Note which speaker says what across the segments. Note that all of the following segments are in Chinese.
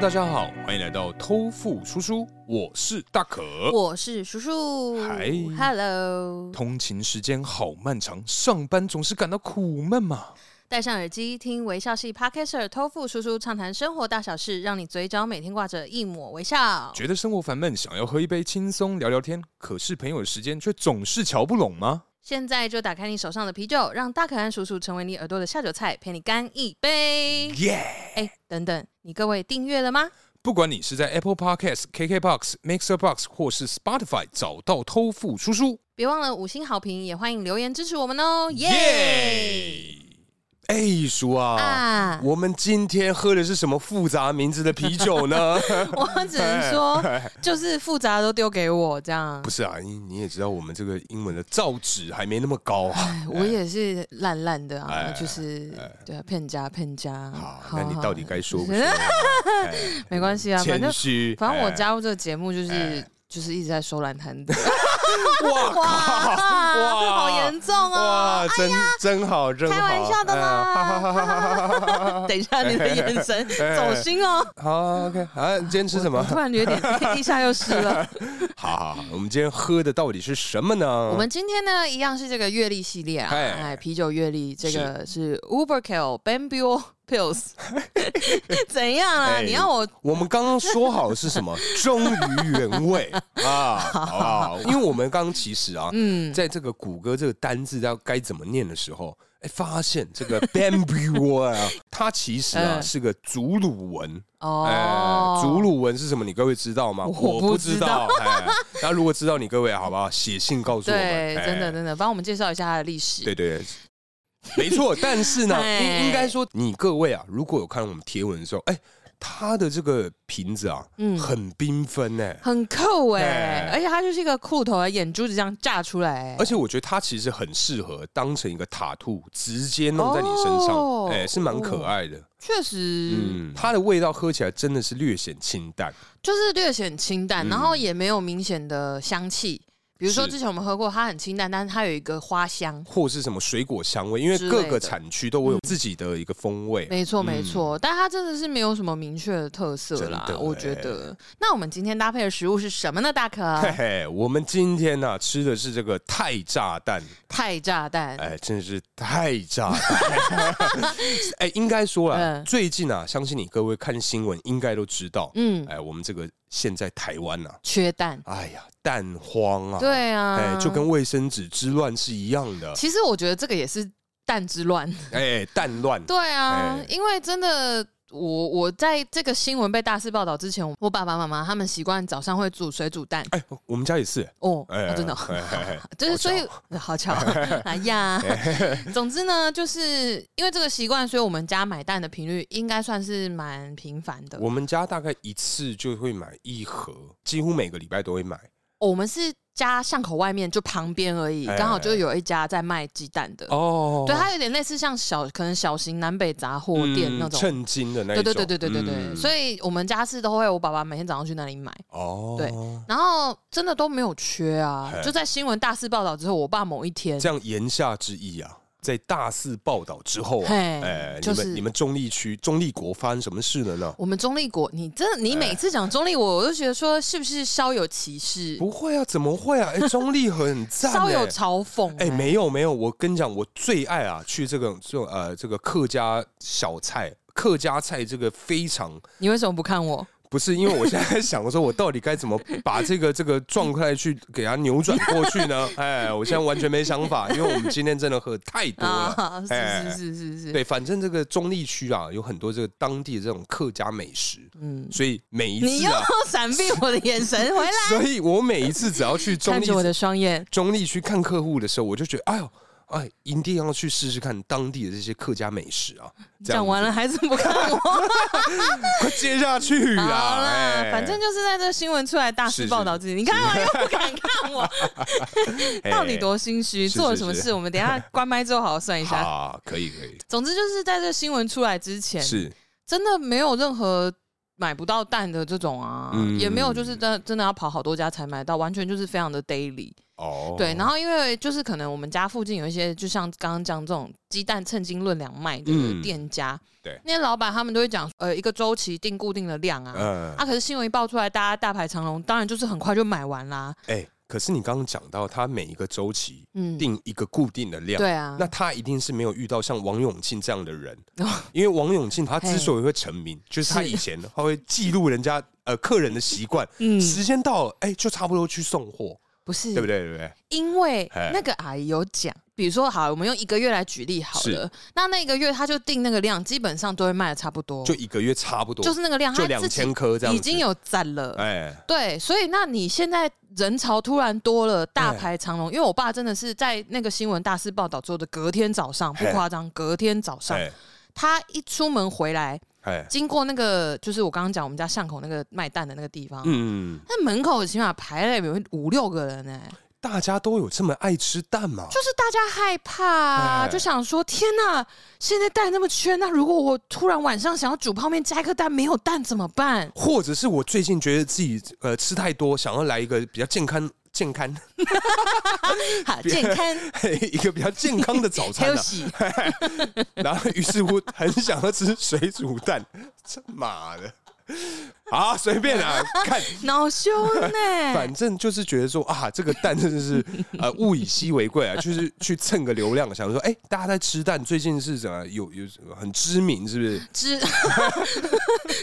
Speaker 1: 大家好，欢迎来到偷富叔叔，我是大可。
Speaker 2: 哦
Speaker 3: 我是叔叔。
Speaker 1: 嗨
Speaker 3: Hello，
Speaker 1: 通勤时间好漫长，上班总是感到苦闷嘛。
Speaker 3: 戴上耳机听微笑系 Podcaster 偷富叔叔畅谈生活大小事，让你嘴角每天挂着一抹微笑。
Speaker 1: 觉得生活烦闷，想要喝一杯轻松聊聊天，可是朋友的时间却总是瞧不拢吗？
Speaker 3: 现在就打开你手上的啤酒，让大可爱叔叔成为你耳朵的下酒菜，陪你干一杯。
Speaker 1: 耶、
Speaker 3: 哎、等等，你各位订阅了吗？
Speaker 1: 不管你是在 Apple Podcast、KKBox、Mixer Box 或是 Spotify 找到偷富叔叔，
Speaker 3: 别忘了五星好评，也欢迎留言支持我们哦。耶、
Speaker 1: 耶、
Speaker 2: 哎、叔啊，
Speaker 3: 啊！
Speaker 2: 我们今天喝的是什么复杂名字的啤酒呢？
Speaker 3: 我只能说，就是复杂的都丢给我这样
Speaker 2: 不。是啊，你你也知道我们这个英文的造纸还没那么高啊。
Speaker 3: 哎我也是烂烂的啊，就是对啊，骗家骗家。
Speaker 2: 哎好，啊那你到底该说 不说？哎
Speaker 3: 没关系啊，反正
Speaker 2: 谦虚。
Speaker 3: 反正我
Speaker 2: 哎
Speaker 3: 加入这个节目就是就是一直在收烂摊子。
Speaker 2: 哇
Speaker 3: 哇，
Speaker 2: 哇
Speaker 3: 好严重哦！
Speaker 2: 哇，真真好，真好，
Speaker 3: 开玩笑的啦
Speaker 2: 哎哈哈哈哈哈哈哈哈哎
Speaker 3: 等一下，你的眼神走心哦。
Speaker 2: 好，OK，好，你今天吃什么
Speaker 3: 我？突然有点一下又湿了。
Speaker 2: 好好好，我们今天喝的到底是什么呢？
Speaker 3: 我们今天呢，一样是这个阅历系列啊，
Speaker 2: 哎
Speaker 3: 哎，啤酒阅历，这个是 Uberkill Bamboo Pills，怎样啊？
Speaker 2: 哎
Speaker 3: 你要我
Speaker 2: 我们刚刚说好是 什么？忠于原味啊，好不好？因为我们刚刚其实啊，
Speaker 3: 嗯
Speaker 2: 在这个谷歌这个单字要该怎么念的时候，哎，发现这个 bamboo 啊，它其实啊
Speaker 3: 嗯
Speaker 2: 是个祖鲁文。
Speaker 3: 哦
Speaker 2: 哎，，祖鲁文是什么？你各位知道吗？
Speaker 3: 我
Speaker 2: 我
Speaker 3: 不
Speaker 2: 不
Speaker 3: 知
Speaker 2: 知道。哎，那如果知道，你各位好不好？写信告诉我们。
Speaker 3: 对，
Speaker 2: 哎
Speaker 3: 真的真的，帮我们介绍一下它的历史。
Speaker 2: 对对对，没错。但是呢，
Speaker 3: 哎
Speaker 2: 应应该说，你各位啊，如果有看我们贴文的时候，哎、它的这个瓶子啊，
Speaker 3: 嗯
Speaker 2: 很缤纷呢。
Speaker 3: 很酷哎、
Speaker 2: 哎
Speaker 3: 而且它就是一个裤头啊，眼珠子这样炸出来、
Speaker 2: 而
Speaker 3: 欸，
Speaker 2: 且我觉得它其实很适合当成一个塔兔，直接弄在你身上，哎、
Speaker 3: 哦
Speaker 2: 是蛮可爱的。
Speaker 3: 确实、
Speaker 2: 嗯，它的味道喝起来真的是略显清淡，
Speaker 3: 就是略显清淡，然后也没有明显的香气。比如
Speaker 2: 嗯
Speaker 3: 说
Speaker 2: 是
Speaker 3: 之前我们喝过，它很清淡，但是它有一个花香。
Speaker 2: 或是什么水果香味，因为
Speaker 3: 之类
Speaker 2: 各
Speaker 3: 的
Speaker 2: 个产区都会有自己的一个风味。
Speaker 3: 没错，没错，但它真的是没有什么明确的特色啦，
Speaker 2: 嗯真的欸
Speaker 3: 我觉得。那我们今天搭配的食物是什么呢？大可
Speaker 2: 嘿嘿，我们今天呢、吃的是这个太炸弹，
Speaker 3: 太炸弹，
Speaker 2: 哎，真是太炸弹！ 哎，应该说啊
Speaker 3: 嗯，
Speaker 2: 最近啊，相信你各位看新闻应该都知道，
Speaker 3: 嗯，
Speaker 2: 哎，我们这个现在台湾呐、啊，
Speaker 3: 缺蛋，
Speaker 2: 哎呀，蛋荒啊，，
Speaker 3: 对啊，
Speaker 2: 哎，就跟卫生纸之乱是一样的，
Speaker 3: 其实我觉得这个也是蛋之乱。
Speaker 2: 哎，蛋乱，
Speaker 3: 对啊，
Speaker 2: 哎
Speaker 3: 因为真的。我我在这个新闻被大肆报道之前，我爸爸妈妈他们习惯早上会煮水煮蛋
Speaker 2: 哎，我们家也是，
Speaker 3: 哦，
Speaker 2: 哎，
Speaker 3: 啊真的哦、
Speaker 2: 哎哎哎
Speaker 3: 就是所以
Speaker 2: 好
Speaker 3: 好巧， 哎 呀，总之呢，就是因为这个习惯，所以我们家买蛋的频率应该算是蛮频繁的。
Speaker 2: 我
Speaker 3: 我
Speaker 2: 们家大概一次就会买一盒，几乎每个礼拜都会买，
Speaker 3: 哦我们是家巷口外面就旁边而已，
Speaker 2: 哎
Speaker 3: 刚好就有一家在卖鸡蛋的，
Speaker 2: 哦
Speaker 3: 对，它有点类似像小可能小型南北杂货店那种，
Speaker 2: 称斤嗯的那
Speaker 3: 对
Speaker 2: 一
Speaker 3: 对
Speaker 2: 种，
Speaker 3: 对对对对对，
Speaker 2: 嗯
Speaker 3: 所以我们家是都会，我爸爸每天早上去那里买，
Speaker 2: 哦，
Speaker 3: 对然后真的都没有缺啊
Speaker 2: 嘿。
Speaker 3: 就在新闻大肆报道之后，我爸某一天
Speaker 2: 哎这样言下之意啊，在大肆报道之后啊，
Speaker 3: 嘿
Speaker 2: 哎、
Speaker 3: 就
Speaker 2: 你
Speaker 3: 是
Speaker 2: 们你们中立区中立国发生什么事了 呢？
Speaker 3: 我们中立国，你真的，你每次讲中立国，我就觉得说是不是稍有歧视，
Speaker 2: 不会啊，怎么会啊？哎、中立很赞、欸，
Speaker 3: 稍有嘲讽、欸
Speaker 2: 哎、没有没有，我跟你讲，我最爱啊，去这个这种呃这个客家小菜，客家菜这个非常
Speaker 3: 你为什么不看我？
Speaker 2: 不是，因为我现在在想说，我到底该怎么把这个这个状态去给它扭转过去 呢？哎，我现在完全没想法，因为我们今天真的喝太多了。
Speaker 3: 啊，
Speaker 2: 哎
Speaker 3: 是是是是是，
Speaker 2: 对，反正这个中立区啊，有很多这个当地的这种客家美食，
Speaker 3: 嗯，
Speaker 2: 所以每一
Speaker 3: 你
Speaker 2: 次
Speaker 3: 又
Speaker 2: 啊，
Speaker 3: 闪避我的眼神，回来
Speaker 2: 所以我每一次只要去中
Speaker 3: 看
Speaker 2: 立
Speaker 3: 着我的双眼，
Speaker 2: 中立区看客户的时候，我就觉得，哎呦，哎，一定要去试试看当地的这些客家美食啊！这样
Speaker 3: 讲完了还是不看我，
Speaker 2: 子， 快接下去
Speaker 3: 好
Speaker 2: 啦！
Speaker 3: 啦，
Speaker 2: 哎
Speaker 3: 反正就是在这新闻出来大肆
Speaker 2: 是
Speaker 3: 报道自己，你看我又不敢看 我，
Speaker 2: 哎
Speaker 3: 到底多心虚，
Speaker 2: 是
Speaker 3: 做了什么
Speaker 2: 是
Speaker 3: 事？我们等一下关麦之后好好算一
Speaker 2: 好、
Speaker 3: 下。
Speaker 2: 可以可以，
Speaker 3: 总之就是在这新闻出来之前，
Speaker 2: 是
Speaker 3: 真的没有任何买不到蛋的这种啊，
Speaker 2: 嗯
Speaker 3: 也没有就是真的真的要跑好多家才买到，完全就是非常的 daily。
Speaker 2: 哦，
Speaker 3: 对，然后因为就是可能我们家附近有一些，就像刚刚讲这种鸡蛋称斤论两卖的
Speaker 2: 嗯
Speaker 3: 店家，
Speaker 2: 对
Speaker 3: 那些老板他们都会讲，呃，一个周期定固定的量啊，
Speaker 2: 嗯，
Speaker 3: 啊，可是新闻一爆出来，大家大排长龙，当然就是很快就买完啦，
Speaker 2: 哎，可是你刚刚讲到他每一个周期
Speaker 3: 嗯，
Speaker 2: 定一个固定的量。
Speaker 3: 对啊，哦
Speaker 2: 那他一定是没有遇到像王永庆这样的人，因为王永庆他之所以会成名，就是他
Speaker 3: 是
Speaker 2: 以前他会记录人家呃客人的习惯，
Speaker 3: 嗯，
Speaker 2: 时间到了，哎，就差不多去送货，
Speaker 3: 不是，哦
Speaker 2: 对不哎对？对不对？
Speaker 3: 因为
Speaker 2: 哎
Speaker 3: 那个阿姨有讲，比如说好，我们用一个月来举例好了，那那一个月他就定那个量，基本上都会卖的差不多，
Speaker 2: 就一个月差不多，
Speaker 3: 就是那个量，
Speaker 2: 就
Speaker 3: 他
Speaker 2: 两
Speaker 3: 自己
Speaker 2: 千颗这样子，
Speaker 3: 已经有攒了，
Speaker 2: 哎，
Speaker 3: 对，所以那你现在人潮突然多了，大
Speaker 2: 哎
Speaker 3: 排长龙。因为我爸真的是在那个新闻大肆报道之后的隔天早上，不
Speaker 2: 嘿
Speaker 3: 夸张，隔天早上
Speaker 2: 哎
Speaker 3: 他一出门回来，
Speaker 2: 哎，
Speaker 3: 经过那个就是我刚刚讲我们家巷口那个卖蛋的那个地方，
Speaker 2: 嗯，
Speaker 3: 那门口起码排了有五六个人呢、
Speaker 2: 大家都有这么爱吃蛋吗？
Speaker 3: 就是大家害怕、啊，
Speaker 2: 哎
Speaker 3: 就想说天哪，现在蛋那么缺，那如果我突然晚上想要煮泡面加一颗蛋，没有蛋怎么 办？
Speaker 2: 或者是我最近觉得自己呃吃太多，想要来一个比较健康、健康
Speaker 3: 好，健康
Speaker 2: 一个比较健康的早 餐啊，
Speaker 3: healthy。
Speaker 2: 然后于是乎很想要吃水煮蛋， 这妈的，啊随便啊，看？
Speaker 3: 恼羞呢
Speaker 2: 反正就是觉得说啊，这个蛋真的是呃物以稀为贵啊， 就是去蹭个流量，想说哎、大家在吃蛋，最近是怎么有有很知名是不是？
Speaker 3: 知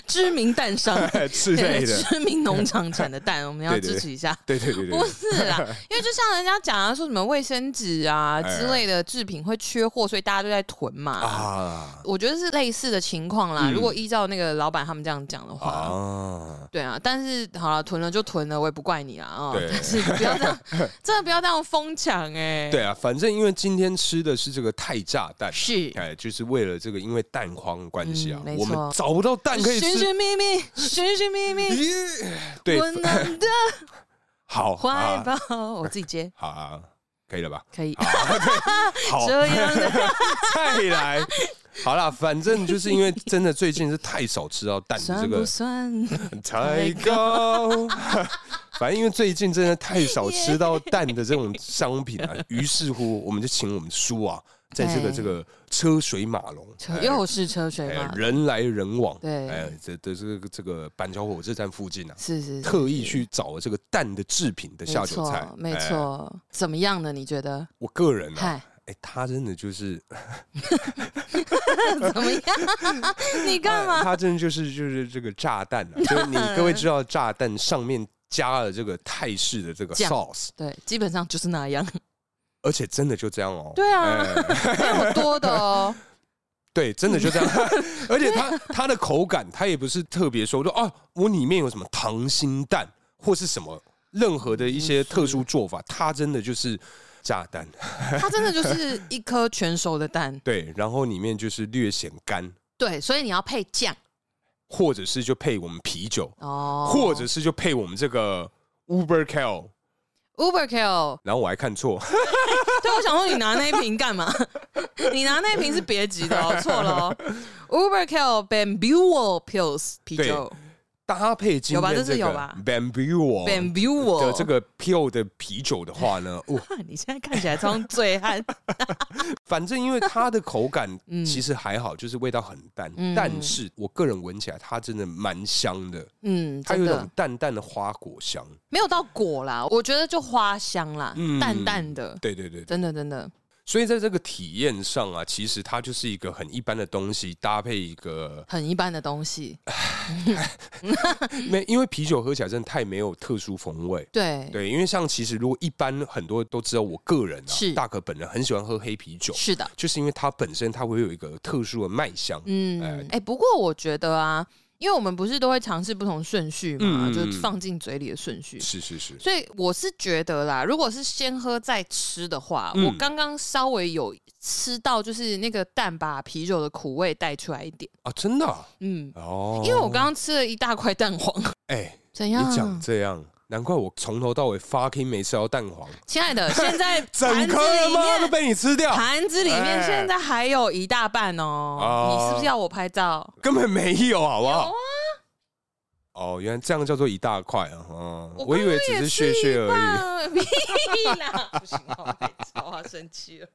Speaker 3: 知名蛋商
Speaker 2: 之类 的，
Speaker 3: 知名农场产的蛋，我们要
Speaker 2: 对对
Speaker 3: 支
Speaker 2: 对
Speaker 3: 持一下。
Speaker 2: 对对对对
Speaker 3: 不，是啦，因为就像人家讲啊，说什么卫生纸啊
Speaker 2: 哎
Speaker 3: 之类的制品会缺货，所以大家都在囤嘛。
Speaker 2: 啊嗯
Speaker 3: 我觉得是类似的情况啦。如果依照那个老板他们这样讲的话，
Speaker 2: 啊，
Speaker 3: 对啊，但是好了，囤了就囤了，我也不怪你啦啊、
Speaker 2: 对
Speaker 3: 但是不要这 样，真的不要这样疯抢哎。
Speaker 2: 对，啊，反正因为今天吃的是这个太炸蛋。
Speaker 3: 是
Speaker 2: 哎，就是为了这个，因为蛋荒的关系啊
Speaker 3: 嗯，没
Speaker 2: 我们
Speaker 3: 错
Speaker 2: 找不到蛋可以
Speaker 3: 寻
Speaker 2: 吃。
Speaker 3: 寻觅觅，寻 寻觅觅，
Speaker 2: 咦对，
Speaker 3: 温暖的
Speaker 2: 好，
Speaker 3: 怀
Speaker 2: 啊，
Speaker 3: 抱，我自己 接
Speaker 2: 好啊，可以 了吧？
Speaker 3: 可以。
Speaker 2: 好，
Speaker 3: 这样的
Speaker 2: 再来。好啦，反正就是因为真的最近是太少吃到 蛋 的这
Speaker 3: 算不
Speaker 2: 个
Speaker 3: 算？
Speaker 2: 太高， 反正因为最近真的太少吃到蛋的这种商品 啊，于是乎我们就请我们叔啊，在这个
Speaker 3: 对
Speaker 2: 这个车水马龙，
Speaker 3: 哎车
Speaker 2: 哎
Speaker 3: 又是车水
Speaker 2: 哎
Speaker 3: 嘛，
Speaker 2: 人来人往，
Speaker 3: 对
Speaker 2: 哎，这这这个这个板桥火车站附近啊，
Speaker 3: 是是是
Speaker 2: 特意去找了这个蛋的制品的
Speaker 3: 没
Speaker 2: 下酒菜
Speaker 3: 错，没
Speaker 2: 哎
Speaker 3: 错。怎么样呢？你觉得？
Speaker 2: 我个人啊，
Speaker 3: 嗨，
Speaker 2: 哎，他真的 就是
Speaker 3: 怎么样？ 你干嘛？
Speaker 2: 它真的就是就是这个炸弹 啊，就是你各位知道炸弹上面加了这个泰式的这个
Speaker 3: 酱
Speaker 2: sauce，
Speaker 3: 对，基本上就是那样。
Speaker 2: 而且真的就这样哦。
Speaker 3: 对啊
Speaker 2: 哎
Speaker 3: 没有多的哦。
Speaker 2: 对，真的就这样。
Speaker 3: 嗯
Speaker 2: 而且
Speaker 3: 啊
Speaker 2: 它它的口感，它也不是特别说说哦，我里面有什么溏心蛋或是什么任何的一
Speaker 3: 嗯
Speaker 2: 些特殊做法，它真的就是炸弹。
Speaker 3: 它真的就是一颗全熟的蛋。
Speaker 2: 对，然后里面就是略显干，
Speaker 3: 对，所以你要配酱
Speaker 2: 或者是就配我们啤酒，
Speaker 3: 哦，
Speaker 2: 或者是就配我们这个 Uber k a l
Speaker 3: Uberkill。
Speaker 2: 然后我还看错，
Speaker 3: 对，我想说你拿那一瓶干嘛？ 你拿那一瓶是别急的哦，错了哦。Uberkill Bambuo Pills 啤
Speaker 2: 对
Speaker 3: 酒
Speaker 2: 搭配今
Speaker 3: 有吧
Speaker 2: 天
Speaker 3: 这是
Speaker 2: 这
Speaker 3: 有
Speaker 2: 个
Speaker 3: 吧
Speaker 2: Bambuo 的
Speaker 3: Bambuo
Speaker 2: 哦这个 p i l 的啤酒的话呢，哦，
Speaker 3: 你现在看起来装醉汉，
Speaker 2: 反正因为它的口感
Speaker 3: 嗯
Speaker 2: 其实还好，就是味道很淡，
Speaker 3: 嗯
Speaker 2: 但是我个人闻起来它真的蛮香的，
Speaker 3: 嗯，
Speaker 2: 它
Speaker 3: 真
Speaker 2: 有一
Speaker 3: 的
Speaker 2: 种淡淡的花果香。
Speaker 3: 没有到果啦，我觉得就花香啦，
Speaker 2: 嗯
Speaker 3: 淡淡的，
Speaker 2: 对对对，对
Speaker 3: 真的真的，
Speaker 2: 所以在这个体验上啊，其实它就是一个很一般的东西，搭配一个
Speaker 3: 很一般的东西，
Speaker 2: 哎没因为啤酒喝起来真的太没有特殊风味。
Speaker 3: 对，
Speaker 2: 对，因为像其实如果一般很多都知道，我个人啊
Speaker 3: 是，
Speaker 2: 大可本人很喜欢喝黑啤酒，
Speaker 3: 是的，
Speaker 2: 就是因为它本身它会有一个特殊的麦香。
Speaker 3: 嗯，哎、不过我觉得啊，因为我们不是都会尝试不同顺序嘛，
Speaker 2: 嗯嗯嗯
Speaker 3: 就是放进嘴里的顺序。
Speaker 2: 是是是，
Speaker 3: 所以我是觉得啦，如果是先喝再吃的话，
Speaker 2: 嗯
Speaker 3: 我刚刚稍微有吃到，就是那个蛋把啤酒的苦味带出来一点，
Speaker 2: 啊，真的啊、
Speaker 3: 嗯，
Speaker 2: 哦，
Speaker 3: 因为我刚刚吃了一大块蛋 黄，
Speaker 2: 哎、
Speaker 3: 怎
Speaker 2: 你讲
Speaker 3: 样？
Speaker 2: 这样，难怪我从头到尾 fucking 每次要蛋黄，
Speaker 3: 亲 爱的，现在
Speaker 2: 整
Speaker 3: 盘子
Speaker 2: 颗了
Speaker 3: 里
Speaker 2: 吗？都
Speaker 3: 面，
Speaker 2: 被你吃掉，
Speaker 3: 盘子里面
Speaker 2: 哎
Speaker 3: 现在还有一大半哦
Speaker 2: 哦，
Speaker 3: 你是不是要我拍照？
Speaker 2: 根本没有，好不
Speaker 3: 有
Speaker 2: 好
Speaker 3: 啊？
Speaker 2: 哦，原来这样叫做一大块啊！哦
Speaker 3: 我
Speaker 4: 我以为只是血血而已。
Speaker 3: 已， 屁啦！不行，我被超好生气了。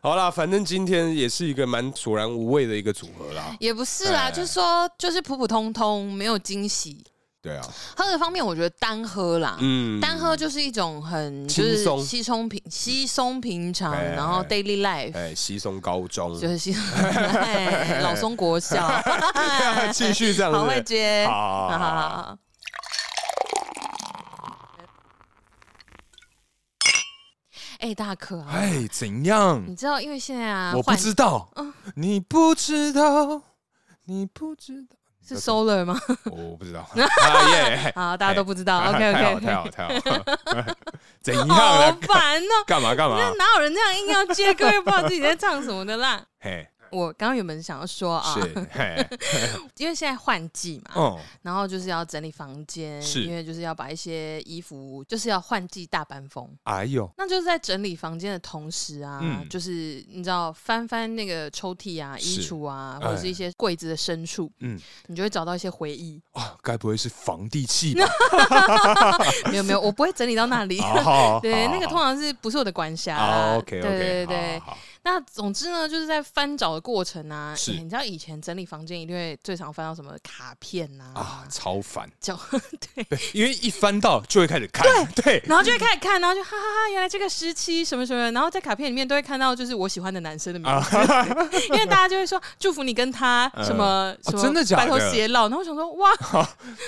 Speaker 4: 好啦，反正今天也是一个蛮索然无味的一个组合啦。
Speaker 3: 也不是啦，
Speaker 4: 哎
Speaker 3: 就是说就是普普通通，没有惊喜。
Speaker 4: 对啊，
Speaker 3: 喝的方面，我觉得单喝啦，
Speaker 4: 嗯，
Speaker 3: 单喝就是一种很就
Speaker 4: 轻
Speaker 3: 是
Speaker 4: 松
Speaker 3: 稀松平稀松平常，
Speaker 4: 哎
Speaker 3: 然后
Speaker 4: 哎
Speaker 3: daily life。
Speaker 4: 哎，稀松高中
Speaker 3: 就，是稀松哎老松国小，
Speaker 4: 哎继续这样
Speaker 3: 好会
Speaker 4: 子。
Speaker 3: 接，
Speaker 4: 好好好好好
Speaker 3: 好。 哎，大可啊，
Speaker 2: 哎，怎样？
Speaker 3: 你知道，因为现在啊，
Speaker 2: 我不
Speaker 3: 换
Speaker 2: 知道，你不知道，你不知 道，
Speaker 3: 是 solar 吗？
Speaker 4: 哦我不知道。啊耶！
Speaker 3: 好，大家都不知道。OK
Speaker 4: 哎 太
Speaker 3: OK
Speaker 4: 好
Speaker 3: OK，
Speaker 4: 太 好太好。 怎样
Speaker 3: 好
Speaker 4: 啊？
Speaker 3: 烦哦！
Speaker 4: 干嘛干
Speaker 3: 那
Speaker 4: 嘛？
Speaker 3: 哪有人这样硬要接歌，又不知道自己在唱什么的啦？
Speaker 4: 嘿，
Speaker 3: 我刚刚原本想要说啊，
Speaker 4: 是嘿，
Speaker 3: 因为现在换季嘛，
Speaker 2: 嗯，
Speaker 3: 然后就是要整理房间，
Speaker 4: 哦是
Speaker 3: 因为就是要把一些衣服，就是要换季大搬风。
Speaker 4: 哎呦，
Speaker 3: 那就是在整理房间的同时啊，
Speaker 2: 嗯
Speaker 3: 就是你知道翻翻那个抽屉啊、衣
Speaker 4: 是
Speaker 3: 橱啊，
Speaker 4: 哎
Speaker 3: 或者是一些柜子的深处，
Speaker 2: 嗯
Speaker 3: 嗯，你就会找到一些 回忆。
Speaker 4: 哦
Speaker 2: 啊，该不会是房地契 吧？
Speaker 3: 没有没有，我不会整理到那里。
Speaker 4: 好哦好，
Speaker 3: 对，
Speaker 4: 好
Speaker 3: 那个
Speaker 4: 好
Speaker 3: 通常是不是我的管辖啦
Speaker 4: 啊，OK
Speaker 3: 对
Speaker 4: OK，
Speaker 3: 对对对。
Speaker 4: 好，好
Speaker 3: 那总之呢，就是在翻找的过程啊，
Speaker 4: 是
Speaker 3: 哎你知道以前整理房间一定会最常翻到什么卡片呐、
Speaker 4: 好啊，超烦，
Speaker 3: 就对，
Speaker 2: 对，因为一翻到就会开始看， 对，
Speaker 3: 然后就会开始看，然后就哈哈哈，原来这个时期什么什么，然后在卡片里面都会看到就是我喜欢的男生的名字，
Speaker 2: 啊
Speaker 3: 因为大家就会说祝福你 跟他什么、什么、
Speaker 2: 真的假的
Speaker 3: 白头偕老，然后我想说 哇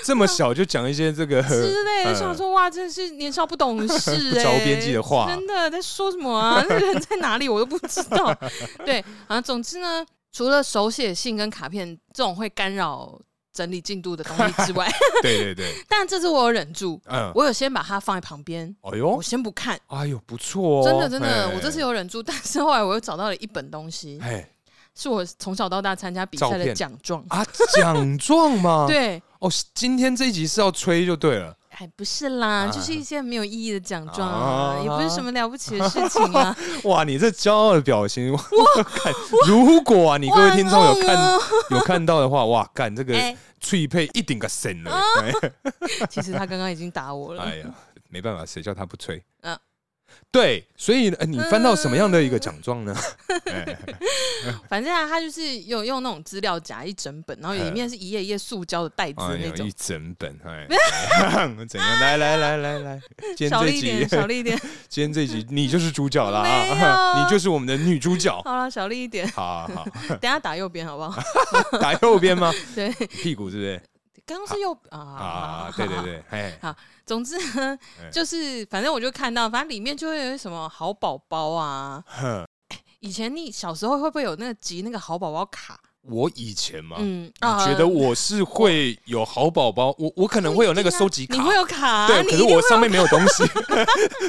Speaker 2: 这么小就讲一些这 个
Speaker 3: 之类的，
Speaker 2: 呃
Speaker 3: 想说哇真的是年少不懂事、
Speaker 2: 不
Speaker 3: 欸，
Speaker 2: 着边际的话
Speaker 3: 真的在说什 么啊？那人在哪里我都不知道。 对，啊，总之呢，除了手写信跟卡片这种会干扰整理进度的东西 之外，
Speaker 4: 对对对，
Speaker 3: 但这次我有忍住，
Speaker 4: 嗯，
Speaker 3: 我有先把它放在旁边，
Speaker 4: 哎
Speaker 3: 我
Speaker 2: 哦
Speaker 4: 呦，
Speaker 3: 先不看。
Speaker 4: 哎呦，不错哦，
Speaker 3: 真的真的，
Speaker 2: 哎
Speaker 4: 嘿
Speaker 3: 我这次，有忍住，但是后来我又找到了一本东西，
Speaker 4: 哎
Speaker 3: 是我从小到大参加比赛
Speaker 2: 照
Speaker 3: 的
Speaker 2: 片
Speaker 3: 奖状。
Speaker 2: 啊，奖状吗？，
Speaker 3: 对，
Speaker 2: 哦，是今天这一集是要吹就对了，
Speaker 3: 哎，不是啦，
Speaker 2: 啊
Speaker 3: 就是一些没有意义的奖状啊，
Speaker 2: 啊
Speaker 3: 也不是什么了不起的事情啊。
Speaker 2: 哇，你这骄傲的表情，我看，如果 啊，你各位听众有
Speaker 3: 哇哦
Speaker 2: 看有看到的话，哇，干这个
Speaker 3: 哎，啊
Speaker 2: 翠佩一顶个神了，哎
Speaker 3: 其实他刚刚已经打 我了
Speaker 2: 哎。呀，没办法，谁叫他不吹？
Speaker 3: 嗯
Speaker 2: 对，所以呃你翻到什么样的一个奖状 呢？哎
Speaker 3: 反正啊，他就是有用那种资料夹一整本，然后里面是一页一页塑胶的袋子
Speaker 2: 哎
Speaker 3: 的那
Speaker 2: 呀，
Speaker 3: 种
Speaker 2: 一。整本， 哎，怎样？来来来来来，今天
Speaker 3: 少
Speaker 2: 这
Speaker 3: 力一
Speaker 2: 集
Speaker 3: 点，少力一点，
Speaker 2: 今天这集你就是主角了
Speaker 3: 没有
Speaker 2: 啊，你就是我们的女主角。
Speaker 3: 好了，少力一点。
Speaker 2: 好好
Speaker 3: 等一下打右边好不好？
Speaker 2: 好，打右边吗？
Speaker 3: 对，
Speaker 2: 屁股是不是？
Speaker 3: 刚刚 是右啊
Speaker 2: 啊，对对对，哎，
Speaker 3: 总之呢
Speaker 2: 哎，
Speaker 3: 就是反正我就看到，反正里面就会有什么好宝 宝啊。以前你小时候会不会有那个集那个好宝宝卡？
Speaker 2: 我以前嘛，哦你
Speaker 3: 嗯，
Speaker 2: 觉得我是会有好宝宝，我我可能会有那个收集
Speaker 3: 你
Speaker 2: 卡
Speaker 3: 会，啊有卡啊？
Speaker 2: 对，
Speaker 3: 你
Speaker 2: 可
Speaker 3: 一
Speaker 2: 是
Speaker 3: 定
Speaker 2: 我上面没有东 西，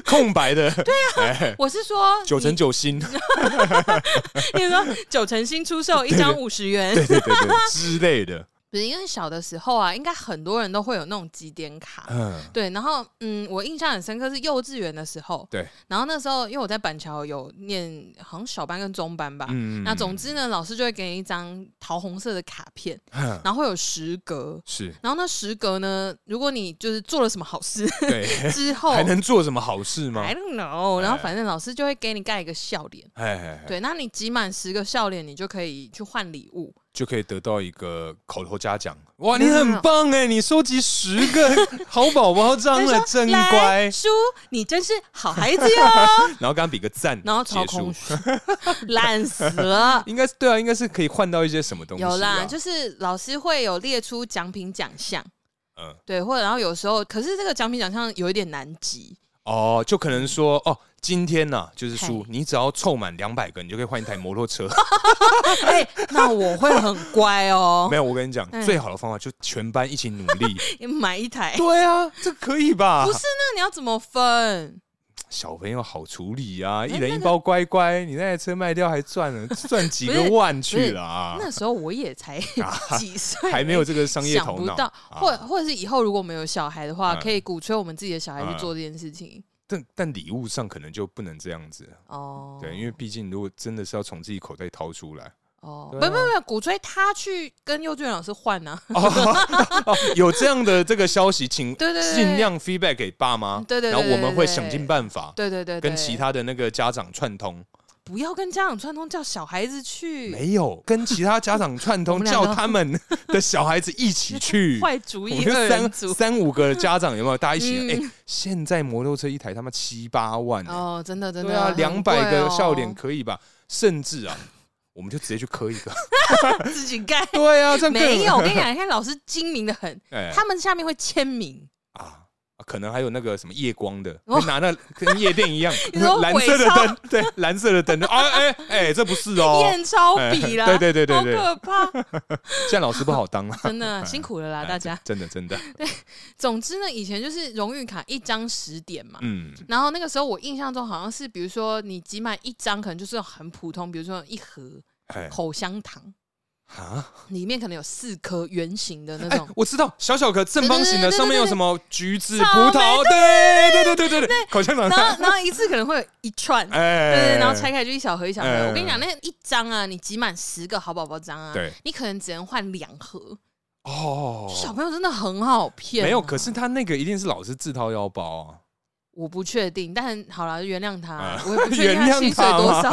Speaker 2: 空白的，哎
Speaker 3: 我是说
Speaker 2: 九成九 星，
Speaker 3: 你，你说 九成新出售一张五十元，
Speaker 2: 对对对对之类的，
Speaker 3: 不是因为小的时候啊，应该很多人都会有那种几点卡。
Speaker 2: 嗯，
Speaker 3: 对，然后嗯，我印象很深刻是幼稚园的时候，
Speaker 2: 对，
Speaker 3: 然后那时候因为我在板桥有念好像小班跟中班吧，
Speaker 2: 嗯
Speaker 3: 那总之呢，老师就会给你一张桃红色的卡片，
Speaker 2: 嗯
Speaker 3: 然后会有十格。
Speaker 2: 是
Speaker 3: 然后那十格呢，如果你就是做了什么好事
Speaker 2: 对，
Speaker 3: 之后
Speaker 2: 还能做什么好事吗？
Speaker 3: ，I don't know，然后反正老师就会给你盖一个笑脸。
Speaker 2: 哎哎，哎
Speaker 3: 对，那你集满十个笑脸，你就可以去换礼物。
Speaker 2: 就可以得到一个口头嘉奖。哇，
Speaker 3: 没
Speaker 2: 你
Speaker 3: 有
Speaker 2: 很棒哎，你收集十 个好宝宝章了，真
Speaker 3: 来
Speaker 2: 乖。
Speaker 3: 哎 叔，你真是好孩子 哟。
Speaker 2: 然后刚刚比个赞，
Speaker 3: 然后超
Speaker 2: 结
Speaker 3: 空
Speaker 2: 束，
Speaker 3: 虚， 烂死 了。
Speaker 2: 应该是对啊，应该是可以换到一些什么东西啊。
Speaker 3: 有啦，就是老师会有列出奖品奖项，
Speaker 2: 嗯
Speaker 3: 对，或者然后有时候，可是这个奖品奖项有一点难集，
Speaker 2: 哦，就可能说哦，今天呐、就是输
Speaker 3: 嘿，
Speaker 2: 你只要凑满两百个，你就可以换一台摩托车。
Speaker 3: 哎、那我会很乖哦
Speaker 2: 没，有，我跟你讲，
Speaker 3: 嗯
Speaker 2: 最好的方法就全班一起努 力。
Speaker 3: 你买一台。
Speaker 2: 对啊，这可以吧
Speaker 3: 不？是，那你要怎么分？
Speaker 2: 小朋友好处理啊，一
Speaker 3: 哎那
Speaker 2: 人一
Speaker 3: 那
Speaker 2: 包乖乖，你那台车卖掉还赚 了赚几
Speaker 3: 不
Speaker 2: 个
Speaker 3: 是
Speaker 2: 万去了啊，
Speaker 3: 那时候我也才 几岁，
Speaker 2: 还没有这个商业
Speaker 3: 想
Speaker 2: 头
Speaker 3: 不
Speaker 2: 脑
Speaker 3: 到，
Speaker 2: 啊
Speaker 3: 或或者是以后如果我们有小孩的话，
Speaker 2: 嗯
Speaker 3: 可以鼓吹我们自己的小孩去
Speaker 2: 嗯
Speaker 3: 做这件事情。
Speaker 2: 但但礼物上可能就不能这样子，
Speaker 3: 哦，
Speaker 2: 对，因为毕竟如果真的是要从自己口袋掏出来，
Speaker 3: 哦，不
Speaker 4: 对啊
Speaker 3: 不不，鼓吹他去跟幼稚园老师换呢、啊。
Speaker 2: 哦， 有这样的这个消息，请
Speaker 3: 对对对
Speaker 2: 尽量 feedback 给爸妈，
Speaker 3: 对对
Speaker 2: 然
Speaker 3: 对
Speaker 2: 后我们会
Speaker 3: 对对对
Speaker 2: 想尽办法
Speaker 3: 对对对对，
Speaker 2: 跟其他的那个家长串通。
Speaker 3: 不要跟家长串通，叫小孩子去，
Speaker 2: 没有跟其他家长串
Speaker 3: 我
Speaker 2: 通，
Speaker 3: 们两个。
Speaker 2: 叫他们的小孩子一起去
Speaker 3: 坏主
Speaker 2: 我
Speaker 3: 意
Speaker 2: 们
Speaker 3: 二人
Speaker 2: 三
Speaker 3: 组。
Speaker 2: 三五个家长有没有？大家一起
Speaker 3: 嗯
Speaker 2: 哎、现在摩托车一台他妈七八万、欸，
Speaker 3: 哦，真的真的，
Speaker 2: 对啊，
Speaker 3: 很
Speaker 2: 两百
Speaker 3: 贵
Speaker 2: 个
Speaker 3: 哦
Speaker 2: 笑脸可以吧？甚至 啊，我们就直接去磕一个。
Speaker 3: 自己 盖。
Speaker 2: 对啊，这样更
Speaker 3: 没有，我跟你讲，你看老师精明的很，
Speaker 2: 哎
Speaker 3: 他们下面会签名，
Speaker 2: 啊，可能还有那个什么夜光的，
Speaker 3: 哦
Speaker 2: 会拿那跟夜店一样
Speaker 3: 你说，
Speaker 2: 蓝色的灯， 对，蓝色的灯，啊，哎哎，这不是哦，
Speaker 3: 验钞笔啦，
Speaker 2: 哎对对对对对
Speaker 3: 好可 怕，
Speaker 2: 这样老师不好当啊，
Speaker 3: 真的辛苦了啦，
Speaker 2: 哎
Speaker 3: 大家。
Speaker 2: 真的真的，
Speaker 3: 总之呢，以前就是荣誉卡一张十点嘛，
Speaker 2: 嗯，
Speaker 3: 然后那个时候我印象中好像是，比如说你集满一张，可能就是很普通，比如说一盒
Speaker 2: 哎
Speaker 3: 口香糖，
Speaker 2: 啊，
Speaker 3: 里面可能有四颗圆形的那
Speaker 2: 哎
Speaker 3: 种，，
Speaker 2: 我知道，小小颗正方形的，
Speaker 3: 对对对哦对
Speaker 2: 上面有什么橘子、葡
Speaker 3: 草莓
Speaker 2: 萄，对对对对对对，口香糖，
Speaker 3: 然后然后一次可能会有一串，
Speaker 2: 哎
Speaker 3: 对对，然后拆开就一小盒一小盒。
Speaker 2: 哎
Speaker 3: 我跟你讲，那一张啊，你集满十个好宝宝章啊，
Speaker 2: 对
Speaker 3: 你可能只能换两盒。
Speaker 2: 哦，
Speaker 3: 小朋友真的很好骗啊、
Speaker 2: 没有，可是他那个一定是老师自掏腰包啊，
Speaker 3: 我不确定，但好了，原谅他，
Speaker 2: 啊
Speaker 3: 我也不确定
Speaker 2: 原谅
Speaker 3: 他薪水多
Speaker 2: 他
Speaker 3: 少。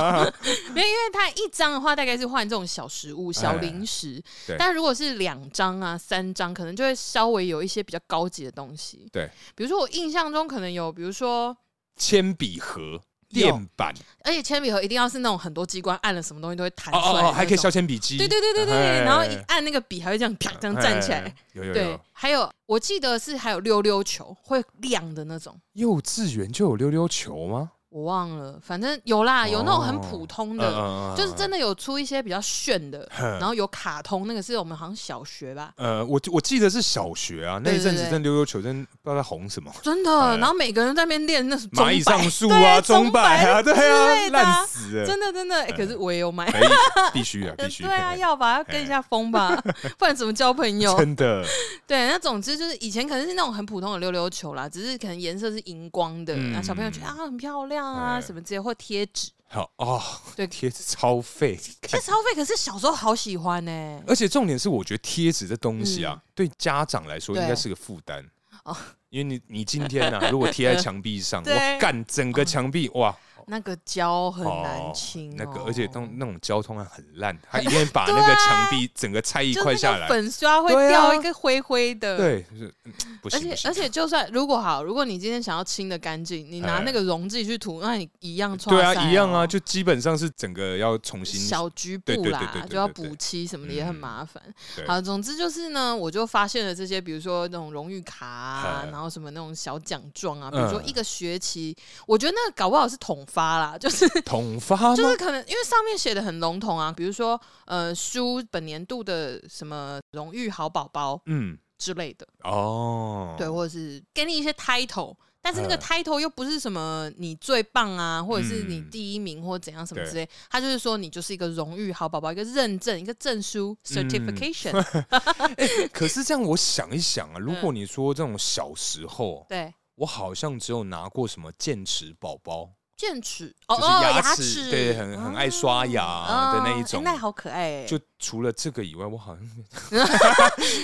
Speaker 3: 没有，因为他一张的话大概是换这种小食物、小零食，
Speaker 2: 哎对
Speaker 3: 但如果是两张啊、三张，可能就会稍微有一些比较高级的东西。
Speaker 2: 对，
Speaker 3: 比如说我印象中可能有，比如说。
Speaker 2: 铅笔盒、电 板，
Speaker 3: 而且铅笔盒一定要是那种很多机关按哎了什么东西都会弹
Speaker 2: 哦
Speaker 3: 出来的那
Speaker 2: 哦
Speaker 3: 种，
Speaker 2: 哦，还可以削铅笔机，
Speaker 3: 对对对对对，
Speaker 2: 哎哦
Speaker 3: 然后一按那个笔还会这样啪这样站起来。，
Speaker 2: 有有
Speaker 3: 对
Speaker 2: 有。，
Speaker 3: 还有我记得是还有溜溜球会亮的那种，
Speaker 2: 幼稚园就有溜溜球吗？
Speaker 3: 我忘了，反正有啦，有那种很普通的，
Speaker 2: 嗯
Speaker 3: 就是真
Speaker 2: 的。
Speaker 3: 的有出一些比较炫的，
Speaker 2: 哼
Speaker 3: 然后有卡通，那个是我们好像小学吧。
Speaker 2: 呃，我我记得是小学啊，那一阵
Speaker 3: 对对
Speaker 2: 子
Speaker 3: 对
Speaker 2: 真溜溜球真不知道在红什么，
Speaker 3: 真
Speaker 2: 哎
Speaker 3: 的，然后每个人在那边练那是
Speaker 2: 蚂蚁
Speaker 3: 钟摆
Speaker 2: 上树啊，
Speaker 3: 对钟
Speaker 2: 摆啊，对啊，
Speaker 3: 类的啊
Speaker 2: 烂死了，
Speaker 3: 真的真的，哎，可是我也有买，
Speaker 2: 哎 必须啊，必须，哎
Speaker 3: 对啊，要吧，要跟一下风吧， 不然怎么交朋友？
Speaker 2: 真的，
Speaker 3: 对，那总之就是以前可能是那种很普通的溜溜球啦，只是可能颜色是荧光的，
Speaker 2: 嗯
Speaker 3: 然后小朋友觉得啊很漂亮啊
Speaker 2: 哎
Speaker 3: 什么之类，或贴纸。
Speaker 2: 好哦，
Speaker 3: 对
Speaker 2: 贴纸超费，
Speaker 3: 贴纸超费，可是小时候好喜欢呢、
Speaker 2: 而且重点是，我觉得贴纸这东西啊，对家长来说
Speaker 3: 嗯对
Speaker 2: 应该是个负担
Speaker 3: 哦
Speaker 2: 因为你你今天啊，如 果贴在墙壁上，
Speaker 3: 对
Speaker 2: 我干整个墙壁哇，
Speaker 3: 那个胶很难
Speaker 2: 哦
Speaker 3: 清、
Speaker 2: 那个，而且那种
Speaker 3: 弄
Speaker 2: 那种交通啊很烂，他一定会把那个墙 壁 整个拆一
Speaker 3: 就
Speaker 2: 块
Speaker 3: 那
Speaker 2: 下
Speaker 3: 个
Speaker 2: 来。
Speaker 3: 粉刷会
Speaker 2: 对啊
Speaker 3: 掉一个灰灰的。。
Speaker 2: 对，就是嗯不
Speaker 3: 而
Speaker 2: 行
Speaker 3: 且
Speaker 2: 不行
Speaker 3: 而。且，就算如果好，如果你今天想要清的干净，你拿
Speaker 2: 哎
Speaker 3: 那个溶剂去涂，那你一样刷、哦
Speaker 2: 对啊，一样啊，就基本上是整个要重新
Speaker 3: 小局部
Speaker 2: 对对对对对
Speaker 3: 啦，
Speaker 2: 对
Speaker 3: 就要
Speaker 2: 对
Speaker 3: 补漆什么的也很
Speaker 2: 嗯
Speaker 3: 麻烦。
Speaker 2: 对
Speaker 3: 好，总之就是呢，我就发现了这些，比如说那种荣誉卡啊，
Speaker 2: 嗯
Speaker 3: 然后什么那种小奖状啊，比如说
Speaker 2: 嗯
Speaker 3: 一个学期，我觉得那个搞不好是统发啦，就是
Speaker 2: 统发吗？
Speaker 3: 就是可能因为上面写的很笼统啊，比如说呃，书本年度的什么荣誉好宝宝
Speaker 2: 嗯，
Speaker 3: 之类的，
Speaker 2: 哦，
Speaker 3: 对，或者是给你一些 title。但是那个
Speaker 2: 嗯
Speaker 3: title 又不是什么你最棒啊，或者是你
Speaker 2: 嗯
Speaker 3: 第一名或怎样什么
Speaker 2: 对
Speaker 3: 之类，他就是说你就是一个荣誉好宝宝，一个认证，一个证书
Speaker 2: 嗯
Speaker 3: certification，、
Speaker 2: 可是这样我想一想啊，如果你说这种小时候，
Speaker 3: 对，
Speaker 2: 我好像只有拿过什么剑齿宝宝，
Speaker 3: 剑齿哦
Speaker 2: 就是
Speaker 3: 哦，
Speaker 2: 牙
Speaker 3: 齿
Speaker 2: 对，很很爱刷牙啊的那一种
Speaker 3: 哦哎那好可爱哎，
Speaker 2: 就啊除了这个以外，我好像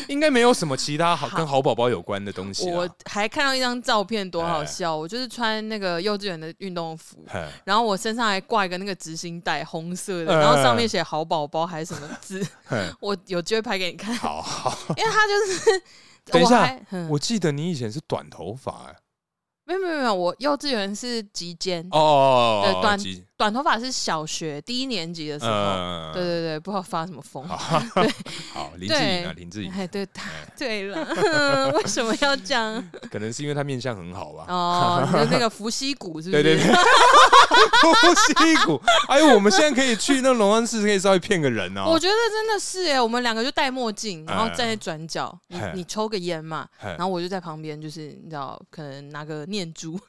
Speaker 2: 应该没有什么其他好跟好宝宝有关的东西
Speaker 3: 我
Speaker 2: 了。
Speaker 3: 还看到一张照片，多好
Speaker 2: 哎
Speaker 3: 笑！我就是穿那个幼稚园的运动服，
Speaker 2: 嘿
Speaker 3: 然后我身上还挂一个那个执行带，红色的，
Speaker 2: 哎
Speaker 3: 然后上面写“好宝宝”还是什么字，
Speaker 2: 嘿
Speaker 3: 我有机会拍给你看，
Speaker 2: 好好，
Speaker 3: 因为他就是。
Speaker 2: 等一下
Speaker 3: 我还，嗯
Speaker 2: 我记得你以前是短头发哎，
Speaker 3: 没有没有没有，我幼稚园是及肩，
Speaker 2: 哦，
Speaker 3: 对短
Speaker 2: 及
Speaker 3: 短头发是小学低年级的时候。
Speaker 2: 呃，
Speaker 3: 对对对，不知道发什么疯。
Speaker 2: 好，林志颖啊，
Speaker 3: 对
Speaker 2: 林志颖，
Speaker 3: 哎，对，他对了，为什么要这样？
Speaker 2: 可能是因为他面相很好吧。
Speaker 3: 哦，你的那个伏羲谷是不
Speaker 2: 对对
Speaker 3: 是？
Speaker 2: 对，呼吸骨，哎呦，我们现在可以去那龙安寺，可以稍微骗个人哦
Speaker 3: 我。觉得真的是哎，我们两个就戴墨镜，然后站在转角，你
Speaker 2: 哎
Speaker 3: 你抽个烟嘛，
Speaker 2: 嘿
Speaker 3: 然后我就在旁边，就是你知道，可能拿个念珠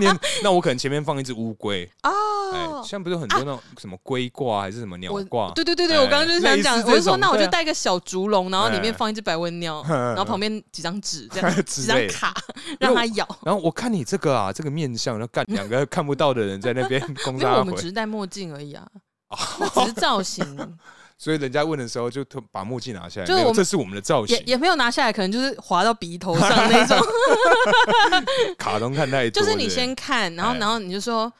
Speaker 2: 你那我可能前面放一只乌龟，哎，
Speaker 3: 哦。
Speaker 2: 像不是有很多那种什么龟挂还是什么鸟
Speaker 3: 我
Speaker 2: 挂？
Speaker 3: 啊对对对对，
Speaker 2: 哎
Speaker 3: 我刚刚就是想讲
Speaker 2: 类，似这
Speaker 3: 我就说
Speaker 2: 种
Speaker 3: 那我就
Speaker 2: 对啊
Speaker 3: 带个小竹笼，然后里面
Speaker 2: 哎
Speaker 3: 放一只百文鸟，然后旁边几张纸这样，
Speaker 2: 之
Speaker 3: 几张
Speaker 2: 类的
Speaker 3: 卡
Speaker 2: 因为
Speaker 3: 让
Speaker 2: 我
Speaker 3: 它咬，
Speaker 2: 然后我看你这个啊，这个面相，然后干 两个看不到的人在那边攻
Speaker 3: 因为我
Speaker 2: 杀
Speaker 3: 们
Speaker 2: 回 哦
Speaker 3: 只，是戴墨镜而已啊，那只是造型，
Speaker 2: 所以人家问的时候就特把墨镜拿下来，
Speaker 3: 就
Speaker 2: 没
Speaker 3: 是
Speaker 2: 有
Speaker 3: 我们
Speaker 2: 这是我们的造
Speaker 3: 也
Speaker 2: 型，
Speaker 3: 也没有拿下来，可能就是滑到鼻头上 那种。
Speaker 2: 卡通看太多，
Speaker 3: 就是你
Speaker 2: 对
Speaker 3: 先看，然后
Speaker 2: 哎
Speaker 3: 然后你就说，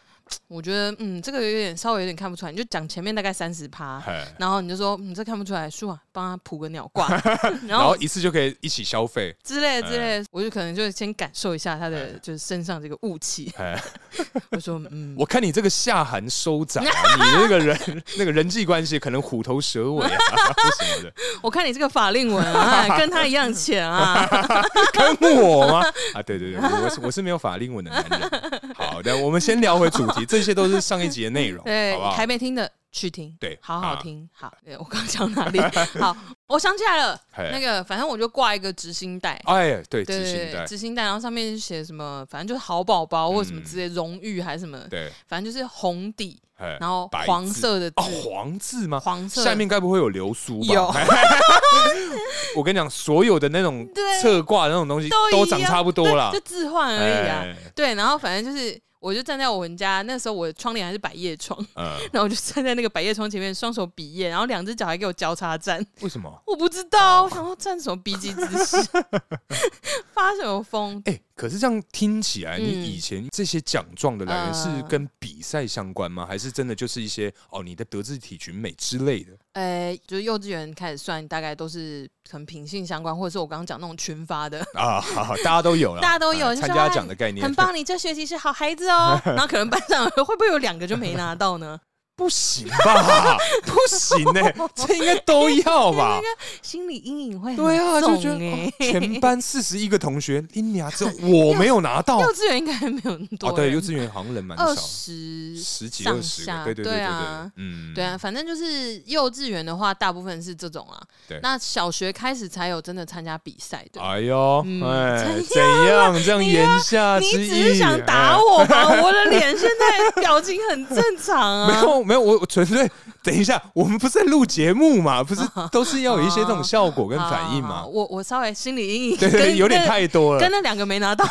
Speaker 3: 我觉得嗯，这个有点稍微有点看不出来，你就讲前面大概三十 趴，
Speaker 2: 哎
Speaker 3: 然后你就说嗯，这看不出来，叔啊，帮他卜个鸟 卦，然
Speaker 2: 然后哎
Speaker 3: 后
Speaker 2: 一次就可以一起消费，
Speaker 3: 之类的之类的，我就可能就先感受一下他的就是身上这个雾气，
Speaker 2: 哎，
Speaker 3: 我说 嗯，
Speaker 2: 我看你这个下寒收窄、啊， 你那个人那个人际关系可能虎头蛇尾啊或什么的，
Speaker 3: 我看你这个法令纹 啊，跟他一样浅啊，
Speaker 2: 跟我吗？啊，对对对，我是我是没有法令纹的男人。好的，我们先聊回主题，这些都是上一集的内容，
Speaker 3: 对
Speaker 2: 好不，好
Speaker 3: 还？没听的。去听，
Speaker 2: 对
Speaker 3: 好
Speaker 2: 啊
Speaker 3: 好听，好。对我刚讲 哪里？好，我想起来了，
Speaker 2: 嘿
Speaker 3: 那个反正我就挂一个执行带，
Speaker 2: 哎，对，
Speaker 3: 对
Speaker 2: 执
Speaker 3: 对
Speaker 2: 行
Speaker 3: 对，
Speaker 2: 带，
Speaker 3: 执行带，然后上面就写什么，反正就是好宝宝或者什么之类，荣誉还是什么，
Speaker 2: 嗯对，
Speaker 3: 反正就是红底，
Speaker 2: 哎
Speaker 3: 然后
Speaker 2: 白
Speaker 3: 黄
Speaker 2: 字
Speaker 3: 色的字
Speaker 2: 啊，，黄字吗？
Speaker 3: 黄色
Speaker 2: 下面该不会有流苏吧？
Speaker 3: 有
Speaker 2: 我跟你讲，所有的那种
Speaker 3: 对
Speaker 2: 侧挂的那种东西
Speaker 3: 都一
Speaker 2: 都
Speaker 3: 样
Speaker 2: 长差不多
Speaker 3: 对
Speaker 2: 啦
Speaker 3: 就。置换而已啊。
Speaker 2: 哎，
Speaker 3: 对，然后反正就是，我就站在我们家那时候，我的窗帘还是百叶窗，
Speaker 2: 嗯，
Speaker 3: 然后我就站在那个百叶窗前面，双手比耶，然后两只脚还给我交叉站，
Speaker 2: 为什么？
Speaker 3: 我不知道，我想说站什么逼急姿势， 发什么疯？
Speaker 2: 哎、可是这样听起来，你
Speaker 3: 嗯
Speaker 2: 以前这些奖状的来源是
Speaker 3: 呃
Speaker 2: 跟比赛相关吗？还是真的就是一些哦，你的德智体群美之类的？
Speaker 3: 呃，就是幼稚园开始算，大概都是可能品性相关，或者是我刚刚讲那种群发的，
Speaker 2: 啊，好好大家都有了，
Speaker 3: 大家都有
Speaker 2: 哎
Speaker 3: 就
Speaker 2: 参
Speaker 3: 说
Speaker 2: 加
Speaker 3: 哎
Speaker 2: 奖的概 念，
Speaker 3: 很棒，你这学期是好孩子 哦。然后可能班上会不会有两个就没拿到呢？
Speaker 2: 不行吧？ 不行呢、这应该都要 吧？
Speaker 3: 心理阴影会很
Speaker 2: 对啊，就觉
Speaker 3: 重
Speaker 2: 得、哦
Speaker 3: 欸
Speaker 2: 全班四十一个同学，林尼亚只有我没有拿 到
Speaker 3: 幼稚园应该还没有那么多
Speaker 2: 哦，
Speaker 3: 人，
Speaker 2: 对，幼稚园好像人蛮
Speaker 3: 二
Speaker 2: 少，
Speaker 3: 十
Speaker 2: 十几
Speaker 3: 上
Speaker 2: 二十
Speaker 3: 下
Speaker 2: 个，对对对
Speaker 3: 对
Speaker 2: 对
Speaker 3: 啊
Speaker 2: 对，嗯，
Speaker 3: 对啊，反正就是幼稚园的话，大部分是这种啊。
Speaker 2: 对
Speaker 3: 那小学开始才有真的参加比赛的。
Speaker 2: 哎呦，
Speaker 3: 嗯啊
Speaker 2: 哎，怎样？这样
Speaker 3: 你
Speaker 2: 言下
Speaker 3: 你
Speaker 2: 之意，
Speaker 3: 只是想打
Speaker 2: 哎
Speaker 3: 我吧？我的脸现在表情很正 常
Speaker 2: 没
Speaker 3: 啊。
Speaker 2: 有没有，我我纯粹等一下，我们不是在录节目嘛， 不是都是要有一些这种效果跟反应
Speaker 3: 好好好
Speaker 2: 嘛？
Speaker 3: 我我稍微心理阴 影，
Speaker 2: 对对，
Speaker 3: 啊跟
Speaker 2: 有点太多了
Speaker 3: 跟跟。那两个没拿到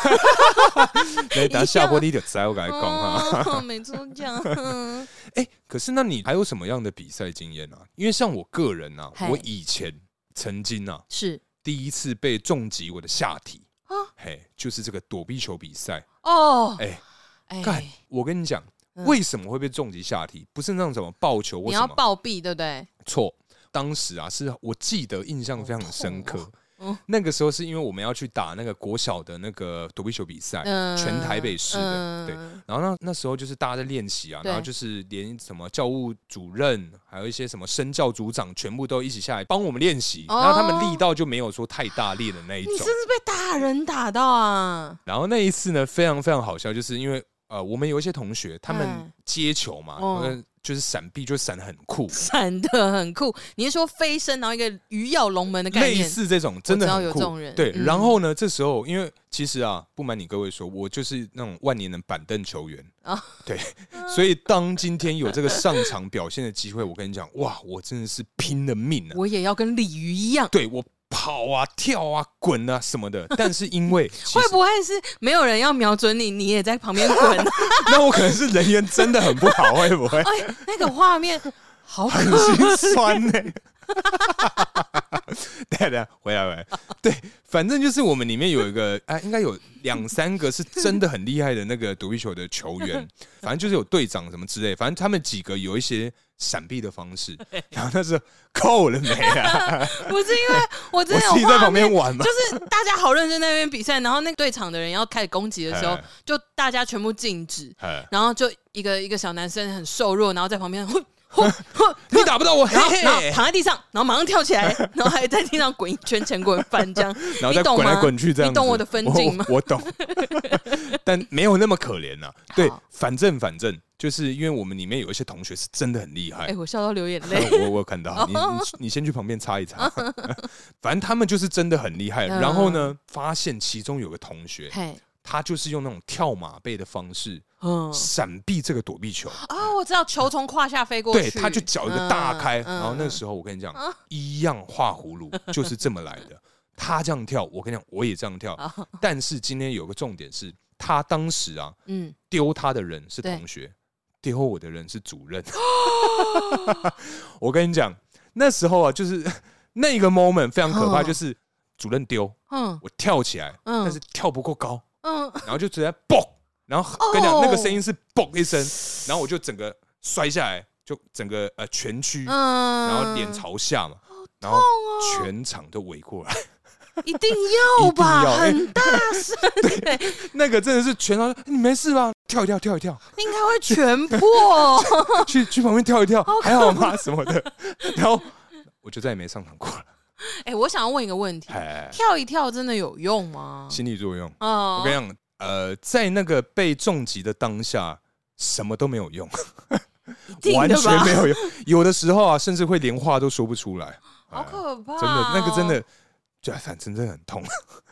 Speaker 2: 对，等下下播你就知道我跟你讲哈。
Speaker 3: 哦，没 错，这样。嗯
Speaker 2: 哎，可是那你还有什么样的比赛经验啊？因为像我个人啊，
Speaker 3: 嘿
Speaker 2: 我以前曾经啊，
Speaker 3: 是
Speaker 2: 第一次被重击我的下体
Speaker 3: 啊
Speaker 2: 嘿，就是这个躲避球比赛。
Speaker 3: 哦，
Speaker 2: 哎，
Speaker 3: 哎
Speaker 2: 干，我跟你讲，
Speaker 3: 嗯
Speaker 2: 为什么会被重击下体？不是那种什么爆球或
Speaker 3: 你
Speaker 2: 什
Speaker 3: 要
Speaker 2: 么
Speaker 3: 暴毙，对不对？
Speaker 2: 错，当时啊，是我记得印象非常深刻。
Speaker 3: 痛哦嗯
Speaker 2: 那个时候是因为我们要去打那个国小的那个躲避球比赛，
Speaker 3: 嗯，
Speaker 2: 哎全台北市的，
Speaker 3: 嗯
Speaker 2: 对。然后那那时候就是大家在练习啊，
Speaker 3: 对
Speaker 2: 然后就是连什么教务主任，还有一些什么身教组长，全部都一起下来帮我们练习。
Speaker 3: 哦
Speaker 2: 然后他们力道就没有说太大力的那一
Speaker 3: 你
Speaker 2: 种
Speaker 3: 是不。是被打人打到啊？
Speaker 2: 然后那一次呢，非常非常好笑，就是因为呃，我们有一些同学他们
Speaker 3: 嗯
Speaker 2: 接球嘛，
Speaker 3: 哦
Speaker 2: 呃就是闪避就闪得很酷，
Speaker 3: 闪的很酷，你是说飞升，然后一个鱼跃龙门的概
Speaker 2: 类
Speaker 3: 念？
Speaker 2: 似这种真的
Speaker 3: 知道
Speaker 2: 很
Speaker 3: 有
Speaker 2: 酷
Speaker 3: 这种人
Speaker 2: 对，
Speaker 3: 嗯
Speaker 2: 然后呢，这时候因为其实啊，不瞒你各位说，我就是那种万年的板凳球员啊
Speaker 3: 啊，
Speaker 2: 对，所以当今天有这个上场表现的机会，我跟你讲，哇，我真的是拼了命啊！
Speaker 3: 我也要跟鲤鱼一样，
Speaker 2: 对我跑啊、跳啊、滚啊什么的，但是因为其
Speaker 3: 会
Speaker 2: 实
Speaker 3: 不会是没有人要瞄准你，你也在旁 边滚？
Speaker 2: 那我可能是人缘真的很不好，会不会
Speaker 3: 哎，那个画面好可
Speaker 2: 很心酸呢、 对对，回来回来，对，反正就是我们里面有一个，哎、应该有两三个是真的很厉害的那个躲避球的球 员，反正就是有队长什么之类，反正他们几个有一些闪避的方 式，然后那时候够了没啊？
Speaker 3: 不是因为我真的有
Speaker 2: 我自己在
Speaker 3: 画
Speaker 2: 旁边
Speaker 3: 面
Speaker 2: 玩嘛
Speaker 3: 就是大家好认真在那边比赛，然后那个队场的人要开始攻击的时候
Speaker 2: 哎，
Speaker 3: 就大家全部静止，
Speaker 2: 哎
Speaker 3: 然后就一个一个小男生很瘦弱，然后在旁边哼 哼哼，
Speaker 2: 你打不到 我，嘿
Speaker 3: 然后
Speaker 2: 嘿
Speaker 3: 然后躺在地上，然后马上跳起来， 然后还在地上滚一圈前滚翻这样，
Speaker 2: 然后
Speaker 3: 你
Speaker 2: 再
Speaker 3: 懂
Speaker 2: 滚来
Speaker 3: 吗？
Speaker 2: 滚去这样子，
Speaker 3: 你懂我的分镜吗
Speaker 2: 我我我懂， 但没有那么可怜呐、啊对
Speaker 3: 好，
Speaker 2: 反正反正就是因为我们里面有一些同学是真的很厉害
Speaker 3: 哎、，我笑到流眼泪。
Speaker 2: 我我有看到，你你你先去旁边擦一 擦。反正他们就是真的很厉害。
Speaker 3: 嗯
Speaker 2: 然后呢，发现其中有个同学，
Speaker 3: 嘿，
Speaker 2: 他就是用那种跳马背的方式
Speaker 3: 嗯，
Speaker 2: 闪避这个躲避球，
Speaker 3: 啊，我知道球从胯下飞过
Speaker 2: 对，
Speaker 3: 去，
Speaker 2: 他就脚一个大开。然后那时候我跟你讲
Speaker 3: 嗯，
Speaker 2: 一样画葫芦就是这么来的。他这样跳，我跟你讲，我也这样跳。
Speaker 3: 候，
Speaker 2: 但是今天有个重点是，他当时啊
Speaker 3: 嗯，
Speaker 2: 丢他的人是
Speaker 3: 对
Speaker 2: 同学，丢我的人是主任。我跟你讲，那时候啊，就是 那一个 moment 非常可怕，
Speaker 3: 哦
Speaker 2: 就是主任丢
Speaker 3: 嗯
Speaker 2: 我跳起来，
Speaker 3: 嗯
Speaker 2: 但是跳不够高，
Speaker 3: 嗯，
Speaker 2: 然后就直接嘣，然后跟你讲
Speaker 3: 哦
Speaker 2: 那个声音是嘣一声，然后我就整个摔下来，就整个呃蜷曲，
Speaker 3: 嗯，
Speaker 2: 然后脸朝下嘛，然后全场都围过来，
Speaker 3: 一定要吧，
Speaker 2: 一定要哎
Speaker 3: 很大声，对，
Speaker 2: 那个真的是全场说，你没事吧？跳一跳，跳一 跳，
Speaker 3: 应该会全破。
Speaker 2: 去去旁边跳一跳，还好吗？什么的， 然后我就再也没上场过了，
Speaker 3: 哎、我想要问一个问题：
Speaker 2: 哎，
Speaker 3: 跳一跳真的有用 吗？
Speaker 2: 心理作用。
Speaker 3: 哦
Speaker 2: 我跟你讲，呃，在那个被重击的当下，什么都没有用，
Speaker 3: 一定
Speaker 2: 完
Speaker 3: 的吧
Speaker 2: 全没有用。有的时候啊，甚至会连话都说不出来，
Speaker 3: 好可怕、
Speaker 2: 啊真的，那个真，
Speaker 3: 啊
Speaker 2: 的，就反正真的很痛。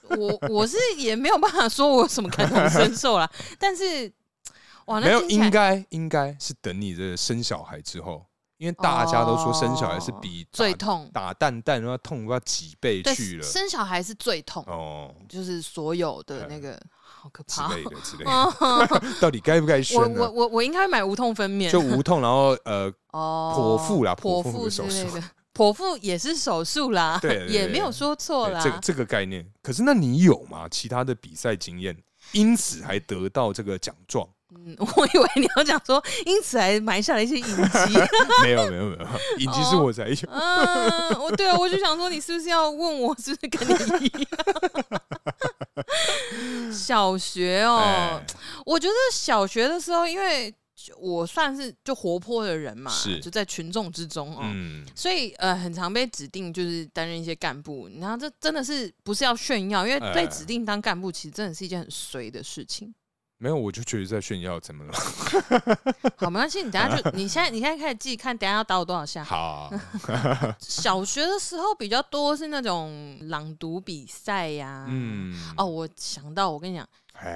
Speaker 3: 我我是也没有办法说我有什么感同身受啦，但是哇，那
Speaker 2: 没有，
Speaker 3: 听起来
Speaker 2: 应该应该是等你的生小孩之后，因为大家都说生小孩是比打
Speaker 3: 哦最痛，
Speaker 2: 打蛋蛋要痛不知道几倍
Speaker 3: 对，
Speaker 2: 去了
Speaker 3: 生小孩是最痛，
Speaker 2: 哦
Speaker 3: 就是所有
Speaker 2: 嗯
Speaker 3: 的那个好可
Speaker 2: 之
Speaker 3: 怕。
Speaker 2: 类的之类的，
Speaker 3: 哦，
Speaker 2: 到底该不该
Speaker 3: 我
Speaker 2: 生
Speaker 3: 我
Speaker 2: 呢？
Speaker 3: 我我应该买无痛分娩，
Speaker 2: 啊就无痛，然后呃，
Speaker 3: 哦，
Speaker 2: 剖腹啦
Speaker 3: 剖
Speaker 2: 剖腹
Speaker 3: 腹
Speaker 2: 的
Speaker 3: 之
Speaker 2: 手
Speaker 3: 类
Speaker 2: 术
Speaker 3: 的，剖腹也是手术啦，
Speaker 2: 对对对
Speaker 3: 也没有说错
Speaker 2: 对
Speaker 3: 啦。
Speaker 2: 这个这个概念。可是那你有吗？其他的比赛经验，因此还得到这个奖 状？
Speaker 3: 嗯，我以为你要讲说，因此还埋下了一些隐疾。
Speaker 2: 没有没有没有，以及
Speaker 3: 哦
Speaker 2: 是我才有。
Speaker 3: 嗯，我对啊，我就想说，你是不是要问我是不是跟你一样？ 小学哦，
Speaker 2: 哎
Speaker 3: 我觉得小学的时候，因为我算是就活泼的人嘛，
Speaker 2: 是
Speaker 3: 就在群众之中哦。
Speaker 2: 嗯，
Speaker 3: 所以呃，很常被指定就是担任一些干部，然后这真的是不是要炫耀，因为被
Speaker 2: 哎
Speaker 3: 指定当干部其实真的是一件很衰的事情。
Speaker 2: 没有，我就觉得在炫耀，怎么了？
Speaker 3: 好，没关系，你等下 就你现在你现在开始记，看等下要打我多少下。
Speaker 2: 好，
Speaker 3: 小学的时候比较多是那种朗读比赛呀、嗯，
Speaker 2: 嗯，哎
Speaker 3: 哦，，我想到，我跟你讲，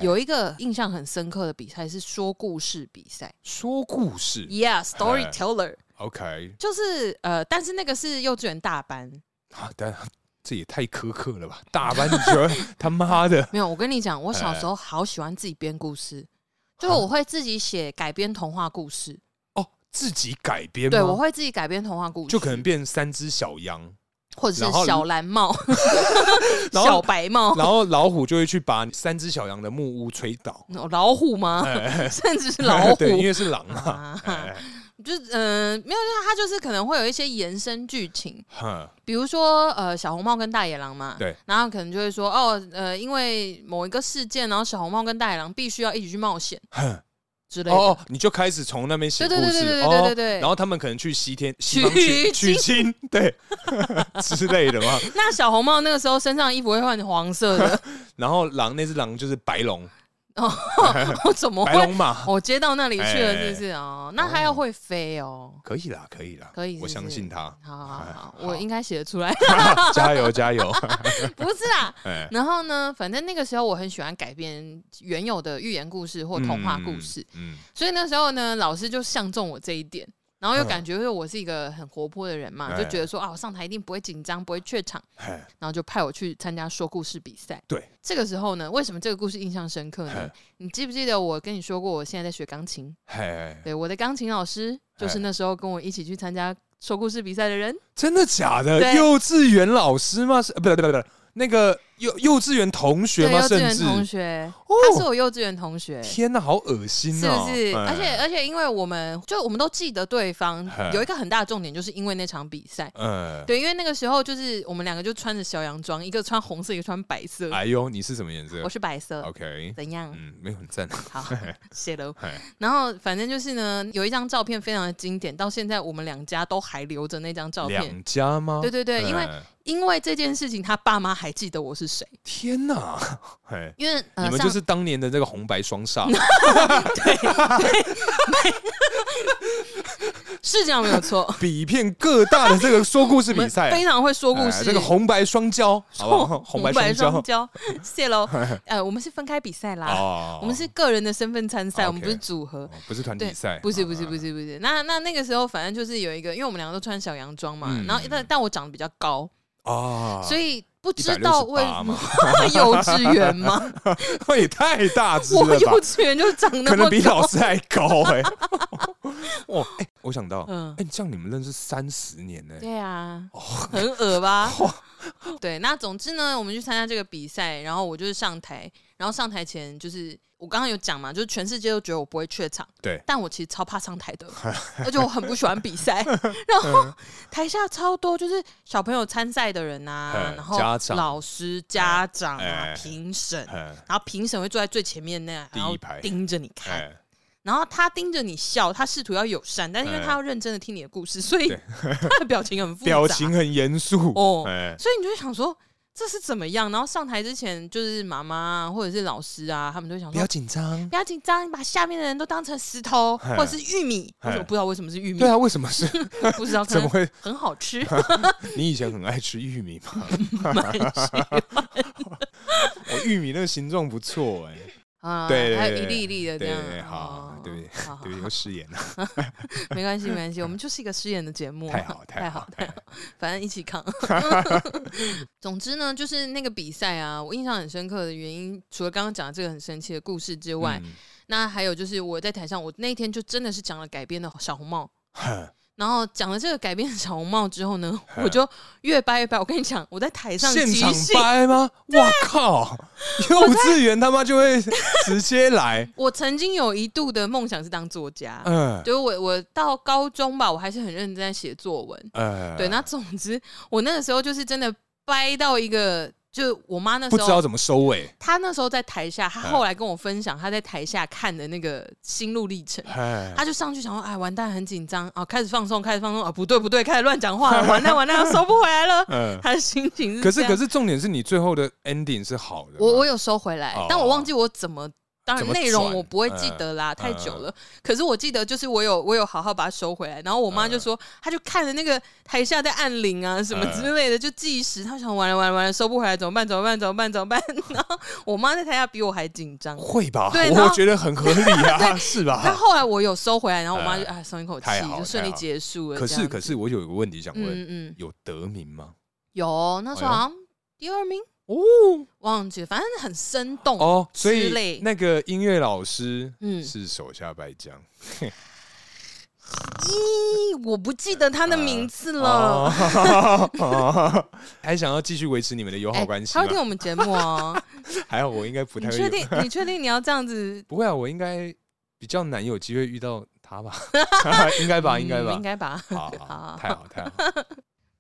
Speaker 3: 有一个印象很深刻的比赛是说故事比赛
Speaker 2: 说故事
Speaker 3: ，Yeah，storyteller，
Speaker 2: ，OK，
Speaker 3: 就是呃，但是那个是幼稚园大班，
Speaker 2: 啊，但 这也太苛刻了吧！大班你觉得他妈 的
Speaker 3: 没有，我跟你讲，我小
Speaker 2: 哎
Speaker 3: 时候好喜欢自己编故事，就是我会自己写改编童话故事，
Speaker 2: 哦，自己改编吗？
Speaker 3: 对我会自己改编童话故事，
Speaker 2: 就可能变三只小羊，
Speaker 3: 或者
Speaker 2: 然
Speaker 3: 是
Speaker 2: 后
Speaker 3: 小蓝帽、
Speaker 2: 然
Speaker 3: 小
Speaker 2: 后
Speaker 3: 白帽、
Speaker 2: 然后老虎就会去把三只小羊的木屋吹倒。
Speaker 3: 嗯老虎吗？
Speaker 2: 哎
Speaker 3: 甚至是 老 虎，
Speaker 2: 对，因为是狼嘛。
Speaker 3: 啊，
Speaker 2: 哎
Speaker 3: 就是嗯、呃没有，就是它就是可能会有一些延伸剧情，
Speaker 2: 哼
Speaker 3: 比如说呃，小红帽跟大野狼嘛，
Speaker 2: 对，
Speaker 3: 然后可能就会说哦，呃，因为某一个事件，然后小红帽跟大野狼必须要一起去冒险
Speaker 2: 哼
Speaker 3: 之类的。
Speaker 2: 哦，你就开始从那边写故
Speaker 3: 对对对
Speaker 2: 事
Speaker 3: 对对
Speaker 2: 哦
Speaker 3: 对对对
Speaker 2: 然后他们可能去西天西
Speaker 3: 取
Speaker 2: 方取
Speaker 3: 经
Speaker 2: 取经，对 之类的嘛。
Speaker 3: 那小红帽那个时候身上衣服会换黄色 的，
Speaker 2: 然后狼那只狼就是白龙，
Speaker 3: 我怎么
Speaker 2: 白
Speaker 3: 会？
Speaker 2: 龙马
Speaker 3: 我接到那里去了，
Speaker 2: 哎
Speaker 3: 是不是哦？那他要会飞哦。
Speaker 2: 可以啦，可以啦，
Speaker 3: 可以是
Speaker 2: 我
Speaker 3: 不是。
Speaker 2: 相信他
Speaker 3: 好好好好，
Speaker 2: 哎
Speaker 3: 我应该写得出来，
Speaker 2: 加油加油！
Speaker 3: 不是啦。
Speaker 2: 哎，
Speaker 3: 然后呢，反正那个时候我很喜欢改编原有的寓言故事或童话故事，
Speaker 2: 嗯，嗯，
Speaker 3: 所以那时候呢，老师就相中我这一点，然后又
Speaker 2: 嗯
Speaker 3: 感觉我是一个很活泼的人嘛，
Speaker 2: 哎
Speaker 3: 就觉得说啊，我上台一定不会紧张，不会怯场，
Speaker 2: 嗯哎，
Speaker 3: 然后就派我去参加说故事比赛。
Speaker 2: 对，
Speaker 3: 这个时候呢，为什么这个故事印象深刻呢
Speaker 2: 哎？
Speaker 3: 你记不记得我跟你说过，我现在在学钢琴？
Speaker 2: 哎，
Speaker 3: 对，我的钢琴老师就是
Speaker 2: 哎
Speaker 3: 那时候跟我一起去参加说故事比赛的人。
Speaker 2: 真的假的？
Speaker 3: 对
Speaker 2: 幼稚园老师吗？是，呃不对不对不对，那个幼幼稚园同学
Speaker 3: 对，幼
Speaker 2: 吗？
Speaker 3: 稚
Speaker 2: 甚
Speaker 3: 园
Speaker 2: 至，
Speaker 3: 同学，
Speaker 2: 哦
Speaker 3: 他是我幼稚园同学。
Speaker 2: 天哪，好恶心
Speaker 3: 是
Speaker 2: 哦！
Speaker 3: 不是？
Speaker 2: 哎
Speaker 3: 而且，而且，因为我们就我们都记得对方
Speaker 2: 哎
Speaker 3: 有一个很大的重点，就是因为那场比赛。
Speaker 2: 呃，
Speaker 3: 对，因为那个时候就是我们两个就穿着小洋装，一个穿红色，一个穿白色。
Speaker 2: 哎呦，你是什么颜色
Speaker 3: 我是白色，
Speaker 2: ？OK，
Speaker 3: 怎样？
Speaker 2: 嗯，没有很 赞。
Speaker 3: 好，谢喽
Speaker 2: 哎。
Speaker 3: 然后反正就是呢，有一张照片非常的经典，到现在我们两家都还留着那张照片。
Speaker 2: 两家吗？
Speaker 3: 对对对，因为
Speaker 2: 哎
Speaker 3: 因为这件事情，他爸妈还记得我是谁，
Speaker 2: 天哪，哎，
Speaker 3: 因为呃，
Speaker 2: 你们
Speaker 3: 上
Speaker 2: 就是当年的这个红白双 煞，
Speaker 3: 是这样没有错，
Speaker 2: 比遍各大的这个说故事
Speaker 3: 我
Speaker 2: 比
Speaker 3: 们
Speaker 2: 赛。
Speaker 3: 非常会说故
Speaker 2: 哎
Speaker 3: 事。
Speaker 2: 这个红白双骄，好不好？
Speaker 3: 红
Speaker 2: 白
Speaker 3: 双
Speaker 2: 双
Speaker 3: 骄， 谢喽。呃，我们是分开比赛啦，
Speaker 2: 哦，
Speaker 3: 啊我们是个人的身份参赛，
Speaker 2: OK
Speaker 3: 我们不是组合
Speaker 2: 哦。不是团
Speaker 3: 对
Speaker 2: 体赛？
Speaker 3: 不是不是
Speaker 2: 啊
Speaker 3: 不是不是，那那那个时候反正就是有一个，因为我们两个都穿小洋装嘛，
Speaker 2: 嗯
Speaker 3: 然后但但我长得比较高，
Speaker 2: 啊，
Speaker 3: 所
Speaker 2: 以
Speaker 3: 以不知
Speaker 2: 知
Speaker 3: 道
Speaker 2: 道
Speaker 3: 为
Speaker 2: 为
Speaker 3: 什
Speaker 2: 什
Speaker 3: 么
Speaker 2: 么
Speaker 3: 幼稚园吗？
Speaker 2: 也太大只
Speaker 3: 我
Speaker 2: 了吧
Speaker 3: 幼？稚园就长那
Speaker 2: 可
Speaker 3: 么
Speaker 2: 能比
Speaker 3: 高
Speaker 2: 老，师还高哎、哦，哎、我想到，哎、
Speaker 3: 嗯
Speaker 2: 这样你们认识三十年呢、
Speaker 3: 对啊，
Speaker 2: 哦
Speaker 3: 很 恶吧？对，那总之呢，我们去参加这个比赛，然后我就是上台，然后上台前就是我刚刚有讲嘛，就是全世界都觉得我不会怯场，
Speaker 2: 对
Speaker 3: 但我其实超怕上台 的，而且我很不喜欢比赛。然
Speaker 2: 嗯
Speaker 3: 后台下超多就是小朋友参赛的人啊
Speaker 2: 嗯，
Speaker 3: 然后
Speaker 2: 家长
Speaker 3: 老师、家长啊
Speaker 2: 哎、
Speaker 3: 评审。
Speaker 2: 哎
Speaker 3: 然后评审会坐在最前面那，然后
Speaker 2: 第一排
Speaker 3: 盯着你看，
Speaker 2: 哎，
Speaker 3: 然后他盯着你笑，他试图要友善，但是因为
Speaker 2: 哎
Speaker 3: 他要认真的听你的故事，所以 他的表情很复杂，
Speaker 2: 表情很严肃
Speaker 3: 哦
Speaker 2: 哎，
Speaker 3: 所以你就会想说这是怎么样？然后上台之前，就是妈妈啊或者是老师啊，他们都会想
Speaker 2: 不
Speaker 3: 说
Speaker 2: 要紧张。
Speaker 3: 不要紧张，你把下面的人都当成石头
Speaker 2: 嘿
Speaker 3: 或者是玉米，
Speaker 2: 嘿
Speaker 3: 或者我不知道为什么是玉米
Speaker 2: 哎对，啊，为什么 是？
Speaker 3: 不知道 可
Speaker 2: 怎么
Speaker 3: 能
Speaker 2: 会？
Speaker 3: 很好 吃，
Speaker 2: 你以前很爱吃玉米吗？ 我玉米那个形状不错哎、
Speaker 3: 啊，
Speaker 2: 对对
Speaker 3: 还有
Speaker 2: 对
Speaker 3: 一粒一粒的这
Speaker 2: 对
Speaker 3: 样
Speaker 2: 对对，，好
Speaker 3: 哦，
Speaker 2: 对不起，
Speaker 3: 好好
Speaker 2: 对不起，又失言了，啊
Speaker 3: 好没关系没关系，我们就是一个试验的 节目，
Speaker 2: 太好
Speaker 3: 太
Speaker 2: 好哎
Speaker 3: 好
Speaker 2: 太
Speaker 3: 太好，反正一起扛。 总之呢，就是那个比赛啊，我印象很深刻的原因，除了刚刚讲的这个很神奇的故事之外，
Speaker 2: 嗯
Speaker 3: 那还有就是我在台上，我那一天就真的是讲了改编的小红 帽。然后讲了这个改编的小红帽之后 呢，我就越掰越掰。我跟你讲，我在台上
Speaker 2: 现
Speaker 3: 即
Speaker 2: 场
Speaker 3: 兴，啊
Speaker 2: 掰 吗？哇靠！幼稚园他妈就会直接 来，
Speaker 3: 我曾经有一度的梦想是当作家，
Speaker 2: 嗯
Speaker 3: 就是我我到高中吧，我还是很认真在写作文。
Speaker 2: 呃，
Speaker 3: 对，那总之我那个时候就是真的掰到一个，就我妈那
Speaker 2: 不
Speaker 3: 时
Speaker 2: 知
Speaker 3: 候
Speaker 2: 道怎么收尾，
Speaker 3: 她那时候在台下，她
Speaker 2: 嗯
Speaker 3: 后来跟我分享她在台下看的那个心路历程。
Speaker 2: 哎，
Speaker 3: 他就上去想说，哎，完蛋，很紧张啊，开始放松，开始放松啊，不对不对，开始乱讲话了，完蛋完蛋，要收不回来了。
Speaker 2: 嗯，
Speaker 3: 他的心情是
Speaker 2: 可是
Speaker 3: 这样
Speaker 2: 可是重点是你最后的 ending 是好的嘛，
Speaker 3: 我我有收回来，
Speaker 2: 哦
Speaker 3: 但我忘记我怎么。当
Speaker 2: 怎
Speaker 3: 然，
Speaker 2: 么
Speaker 3: 内容
Speaker 2: 转嗯
Speaker 3: 我不会记得啦，太久了。可是我记得，就是我有我有好好把它收回来。然后我妈就说，她就看着那个台下在按铃啊什么
Speaker 2: 嗯
Speaker 3: 之类的，就计时。她想完了完了完了，收不回来怎么办？怎么办？怎么办？怎么办？ 然后我妈在台下比我还紧张。
Speaker 2: 会吧？
Speaker 3: 对然
Speaker 2: 我
Speaker 3: 后
Speaker 2: 觉得很合理 啊， 是
Speaker 3: 但
Speaker 2: 吧？
Speaker 3: 后来我有收回来，然后我妈就
Speaker 2: 嗯
Speaker 3: 啊松一口气
Speaker 2: 太好，了
Speaker 3: 就顺利
Speaker 2: 太好了
Speaker 3: 结束了。
Speaker 2: 可
Speaker 3: 这
Speaker 2: 是
Speaker 3: 样
Speaker 2: 可是我有一个问题想问，
Speaker 3: 嗯嗯，
Speaker 2: 有得名吗？
Speaker 3: 有啊那时候好像第二名，
Speaker 2: 哦
Speaker 3: 忘记了，反正很生动。
Speaker 2: 哦，所
Speaker 3: 之类
Speaker 2: 以那个音乐老师
Speaker 3: 嗯
Speaker 2: 是手下败将
Speaker 3: 咦，我不记得他的名字了。
Speaker 2: 哦， 还想要继续维持你们的友
Speaker 3: 哎
Speaker 2: 哦好关系
Speaker 3: 他
Speaker 2: 吗
Speaker 3: 会？听我们节目哦。
Speaker 2: 还好我应该 不
Speaker 3: 你
Speaker 2: 太会
Speaker 3: 确
Speaker 2: 有，
Speaker 3: 定？ 你确定你要这样子？
Speaker 2: 不会啊，我应该比较难有机会遇到他 吧？应该吧，应该
Speaker 3: 嗯
Speaker 2: 吧
Speaker 3: 应，该吧。
Speaker 2: 好
Speaker 3: 好
Speaker 2: 好，太好太 好，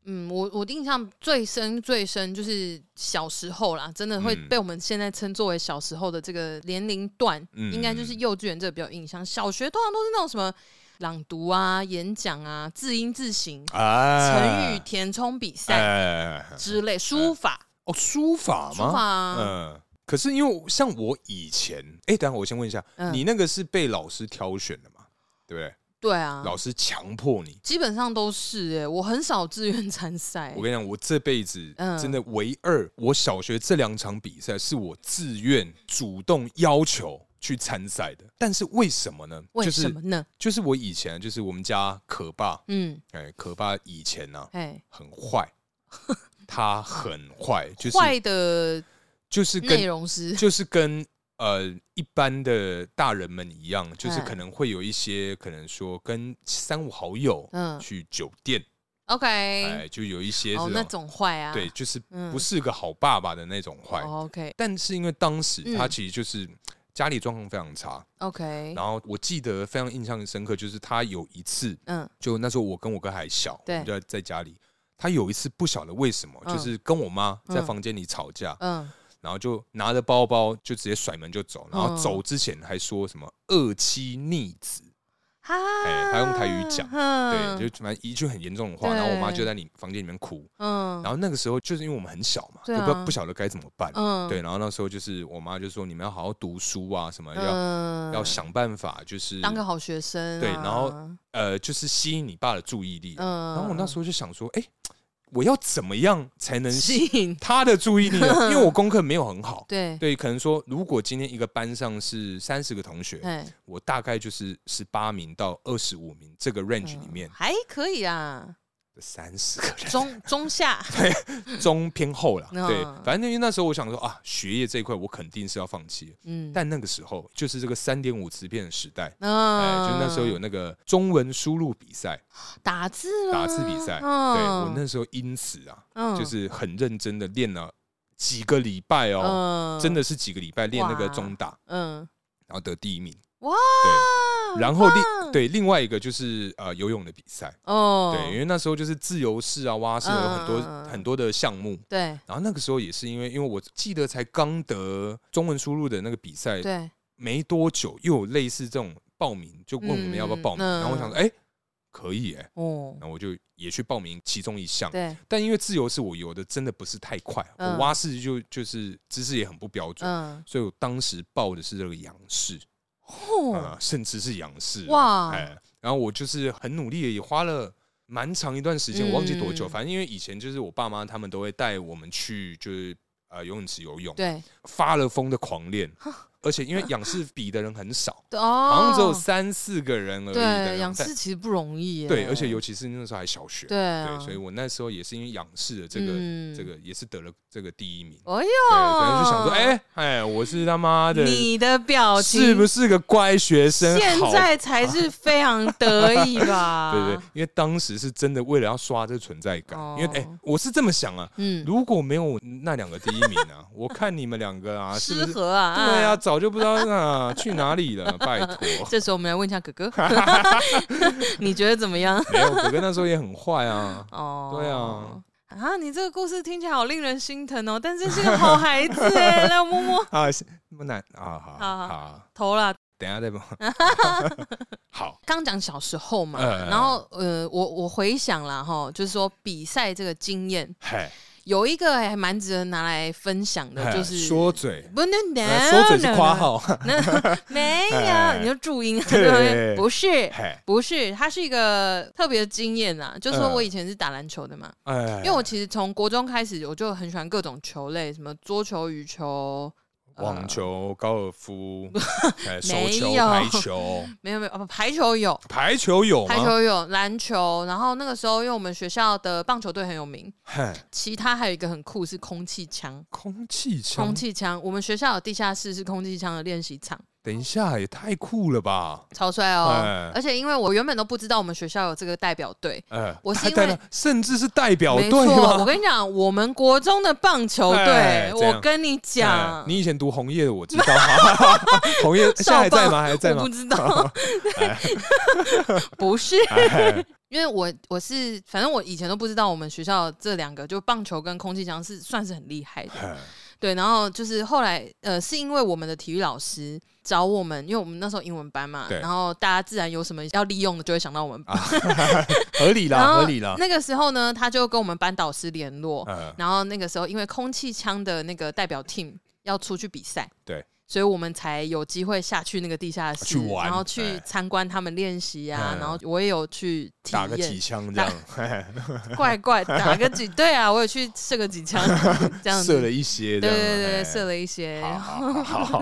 Speaker 3: 嗯，我我印象最深最深就是小时候啦，真的会
Speaker 2: 嗯
Speaker 3: 被我们现在称作为小时候的这个年龄段，
Speaker 2: 嗯
Speaker 3: 应该就是幼稚园这个比较有印象。小学通常都是那种什么朗读啊、演讲啊、字音字形、成
Speaker 2: 哎
Speaker 3: 语填充比赛
Speaker 2: 哎，
Speaker 3: 之类、书法、
Speaker 2: 哦，书法
Speaker 3: 书法
Speaker 2: 吗？
Speaker 3: 啊。
Speaker 2: 嗯。可是因为我像我以前，哎，等一下我先问一下，
Speaker 3: 嗯
Speaker 2: 你那个是被老师挑选的嘛？对不对？
Speaker 3: 对啊，
Speaker 2: 老师强迫你，
Speaker 3: 基本上都是哎、我很少自愿参赛
Speaker 2: 我。跟你讲，我这辈子
Speaker 3: 嗯
Speaker 2: 真的唯二，我小学这两场比赛是我自愿主动要求去参赛的。但是为什么呢？
Speaker 3: 为
Speaker 2: 就
Speaker 3: 什
Speaker 2: 是
Speaker 3: 么呢？
Speaker 2: 就是我以前就是我们家可爸，
Speaker 3: 嗯，
Speaker 2: 哎，可爸以前呢、啊、
Speaker 3: 哎，
Speaker 2: 很 坏，他很坏，就是
Speaker 3: 坏的
Speaker 2: 就是
Speaker 3: 内
Speaker 2: 跟
Speaker 3: 容是
Speaker 2: 就是跟呃一般的大人们一样，就是
Speaker 3: 哎
Speaker 2: 可能会有一些可能说跟三五好友
Speaker 3: 嗯
Speaker 2: 去酒店，
Speaker 3: OK，
Speaker 2: 哎，就有一些
Speaker 3: 哦
Speaker 2: 这
Speaker 3: 那
Speaker 2: 种。
Speaker 3: 种坏啊，
Speaker 2: 对，就是
Speaker 3: 嗯哦
Speaker 2: 不是个好爸爸的那种坏。
Speaker 3: ，OK
Speaker 2: 但是因为当时他
Speaker 3: 嗯
Speaker 2: 其实就是家里状况非常差，
Speaker 3: OK，
Speaker 2: 然后我记得非常印象深刻，就是他有一次，
Speaker 3: 嗯
Speaker 2: 就那时候我跟我哥还小，我
Speaker 3: 对
Speaker 2: 们就在在家里，他有一次不晓得为什么，
Speaker 3: 嗯
Speaker 2: 就是跟我妈在
Speaker 3: 嗯
Speaker 2: 房间里吵架，
Speaker 3: 嗯，
Speaker 2: 然后就拿着包包就直接甩门就走，然
Speaker 3: 嗯
Speaker 2: 后走之前还说什么恶妻逆子。
Speaker 3: 哈，
Speaker 2: 哎他用台语讲
Speaker 3: 嗯
Speaker 2: 对，就反正一句很严重的话，然后我妈就在你房间里面哭，
Speaker 3: 嗯，
Speaker 2: 然后那个时候就是因为我们很小嘛，
Speaker 3: 对
Speaker 2: 就不
Speaker 3: 啊
Speaker 2: 不晓得该怎么办，
Speaker 3: 嗯，
Speaker 2: 对，然后那时候就是我妈就说你们要好好读书啊，什么要、
Speaker 3: 嗯，
Speaker 2: 要想办法，就是
Speaker 3: 当个好学生啊，
Speaker 2: 对然后呃，就是吸引你爸的注意力。
Speaker 3: 嗯，
Speaker 2: 然后我那时候就想说，哎、我要怎么样才能吸
Speaker 3: 吸引，
Speaker 2: 他的注意力 呢？因为我功课没有很好，
Speaker 3: 对，
Speaker 2: 对，可能说如果今天一个班上是三十个同学，
Speaker 3: 哎，
Speaker 2: 我大概就是十八名到二十五名这个 range
Speaker 3: 嗯
Speaker 2: 里面，
Speaker 3: 还可以啊，
Speaker 2: 的三十个人，
Speaker 3: 中中下，
Speaker 2: 中偏后啦。
Speaker 3: 嗯
Speaker 2: 对，反正因为那时候我想说啊，学业这一块我肯定是要放弃的，
Speaker 3: 嗯，
Speaker 2: 但那个时候就是这个三点五磁片的时代。哎，
Speaker 3: 嗯，
Speaker 2: 就那时候有那个中文输入比赛、
Speaker 3: 打字
Speaker 2: 打
Speaker 3: 啦
Speaker 2: 字比赛，对
Speaker 3: 嗯
Speaker 2: 我那时候因此啊，
Speaker 3: 嗯
Speaker 2: 就是很认真的练了几个礼拜哦，
Speaker 3: 嗯
Speaker 2: 真的是几个礼拜练那个中打，
Speaker 3: 嗯
Speaker 2: 然后得第一名。
Speaker 3: 哇，
Speaker 2: 对然后另
Speaker 3: 很棒
Speaker 2: 对另外一个就是呃游泳的比赛，
Speaker 3: 嗯哦
Speaker 2: 对，因为那时候就是自由式啊、蛙式啊有很多、
Speaker 3: 嗯嗯嗯
Speaker 2: 很多的项目。
Speaker 3: 对
Speaker 2: 然后那个时候也是因为，因为我记得才刚得中文输入的那个比赛
Speaker 3: 对
Speaker 2: 没多久，又有类似这种报名，就问我们要不要报名。
Speaker 3: 嗯嗯
Speaker 2: 然后我想说，哎、可以哎、
Speaker 3: 哦
Speaker 2: 然后我就也去报名其中一项。
Speaker 3: 对
Speaker 2: 但因为自由式我游的真的不是太快，啊
Speaker 3: 嗯
Speaker 2: 我蛙式就就是姿势也很不标准，
Speaker 3: 嗯
Speaker 2: 所以我当时报的是这个仰式。啊、
Speaker 3: 哦
Speaker 2: 甚至是仰视、
Speaker 3: 哇
Speaker 2: 哇！哎，然后我就是很努力，也花了蛮长一段时间，
Speaker 3: 嗯
Speaker 2: 我忘记多久，反正因为以前就是我爸妈他们都会带我们去，就是呃游泳池游泳，
Speaker 3: 对
Speaker 2: 发了疯的狂练，而且 因为仰视比的人很少，
Speaker 3: 对哦，
Speaker 2: 好像只有三四个人而已的
Speaker 3: 对
Speaker 2: 人，
Speaker 3: 养
Speaker 2: 在
Speaker 3: 殖其实不容易耶，
Speaker 2: 对，而且尤其是那时候还小学，
Speaker 3: 对啊，
Speaker 2: 所以我那时候也是因为仰视的这个、
Speaker 3: 嗯
Speaker 2: 这个也是得了这个第一名，
Speaker 3: 哎呦，
Speaker 2: 对，反正就想说，哎、哎，我是他妈的。
Speaker 3: 你的表情
Speaker 2: 是不是个乖学生？
Speaker 3: 现
Speaker 2: 好
Speaker 3: 在才是非常得意 吧？
Speaker 2: 对对，因为当时是真的为了要刷这个存在感，因为哎、
Speaker 3: 哦
Speaker 2: 我是这么想啊，
Speaker 3: 嗯，
Speaker 2: 如果没有那两个第一名啊，我看你们两个啊，是
Speaker 3: 失
Speaker 2: 不是？
Speaker 3: 和啊，
Speaker 2: 对啊，，早就不知道啊去哪里了，拜托。
Speaker 3: 这时候我们来问一下哥 哥，你觉得怎么样？
Speaker 2: 没有哥哥那时候也很坏啊，
Speaker 3: 哦，
Speaker 2: 对 啊。
Speaker 3: 啊，你这个故事听起来好令人心疼哦，但是是个好孩子 哎，来我摸摸
Speaker 2: 啊是那么难啊，好
Speaker 3: 好
Speaker 2: 好
Speaker 3: 头啦。
Speaker 2: 等一下再吧。 好，
Speaker 3: 刚讲小时候嘛，
Speaker 2: 呃
Speaker 3: 然后呃，我我回想啦哈，就是说比赛这个经验，
Speaker 2: 嘿，
Speaker 3: 有一个还蛮值得拿来分享的，
Speaker 2: 嘿
Speaker 3: 就是
Speaker 2: 呃说嘴，
Speaker 3: 不能
Speaker 2: 呃说嘴是夸，号，
Speaker 3: 那没有，
Speaker 2: 哎
Speaker 3: 你就注音啊，
Speaker 2: 对
Speaker 3: 对不对不是。
Speaker 2: 嘿，
Speaker 3: 不是，它是一个特别的经验啊，就是说
Speaker 2: 嗯
Speaker 3: 我以前是打篮球的嘛，
Speaker 2: 哎
Speaker 3: 因为我其实从国中开始我就很喜欢各种球类，什么桌球、羽球、呃
Speaker 2: 网球、高尔 夫、哎手
Speaker 3: 没
Speaker 2: 球、
Speaker 3: 有
Speaker 2: 排球，
Speaker 3: 没有没有，哦不排球有，
Speaker 2: 排球有吗？
Speaker 3: 排球有，篮球，然后那个时候因为我们学校的棒球队很有名，
Speaker 2: 嘿，
Speaker 3: 其他还有一个很酷是空气枪，
Speaker 2: 空气枪
Speaker 3: 空，气枪，我们学校有地下室是空气枪的练习场，
Speaker 2: 等一下，也太酷了吧！
Speaker 3: 超帅哦！
Speaker 2: 哎
Speaker 3: 而且因为我原本都不知道我们学校有这个代表队。
Speaker 2: 呃，
Speaker 3: 我是因为
Speaker 2: 他代表甚至是代表
Speaker 3: 没
Speaker 2: 队
Speaker 3: 错，我
Speaker 2: 吗？
Speaker 3: 跟你讲，我们国中的棒球队
Speaker 2: 哎，怎样
Speaker 3: 我跟你
Speaker 2: 哎
Speaker 3: 讲，
Speaker 2: 你以前读红叶的，我知道。 红叶现在还在吗？还在
Speaker 3: 我
Speaker 2: 吗
Speaker 3: 不？知 道，不是，
Speaker 2: 哎
Speaker 3: 因为我我是反正我以前都不知道我们学校这两个就棒球跟空气枪是算是很厉害的，
Speaker 2: 哎
Speaker 3: 对，然后就是后来，呃，是因为我们的体育老师找我们，因为我们那时候英文班嘛，
Speaker 2: 对
Speaker 3: 然后大家自然有什么要利用的，就会想到我们班。
Speaker 2: 合理
Speaker 3: 然
Speaker 2: 啦，
Speaker 3: 后
Speaker 2: 啊合理啦。
Speaker 3: 那个时候呢，他就跟我们班导师联络，
Speaker 2: 呃，
Speaker 3: 然后那个时候因为空气枪的那个代表 team 要出去比赛，
Speaker 2: 对。
Speaker 3: 所以我们才有机会下去那个地下室
Speaker 2: 去，玩
Speaker 3: 然后去
Speaker 2: 哎
Speaker 3: 参观他们练习啊，
Speaker 2: 嗯
Speaker 3: 然后我也有去体
Speaker 2: 打个几
Speaker 3: 验，
Speaker 2: 枪这样，
Speaker 3: 怪怪 打个几，对啊，我有去射个几 枪，这样子，
Speaker 2: 射了一些
Speaker 3: 对
Speaker 2: 这样，
Speaker 3: 对对对，
Speaker 2: 哎
Speaker 3: 射。了一些，
Speaker 2: 好好好好，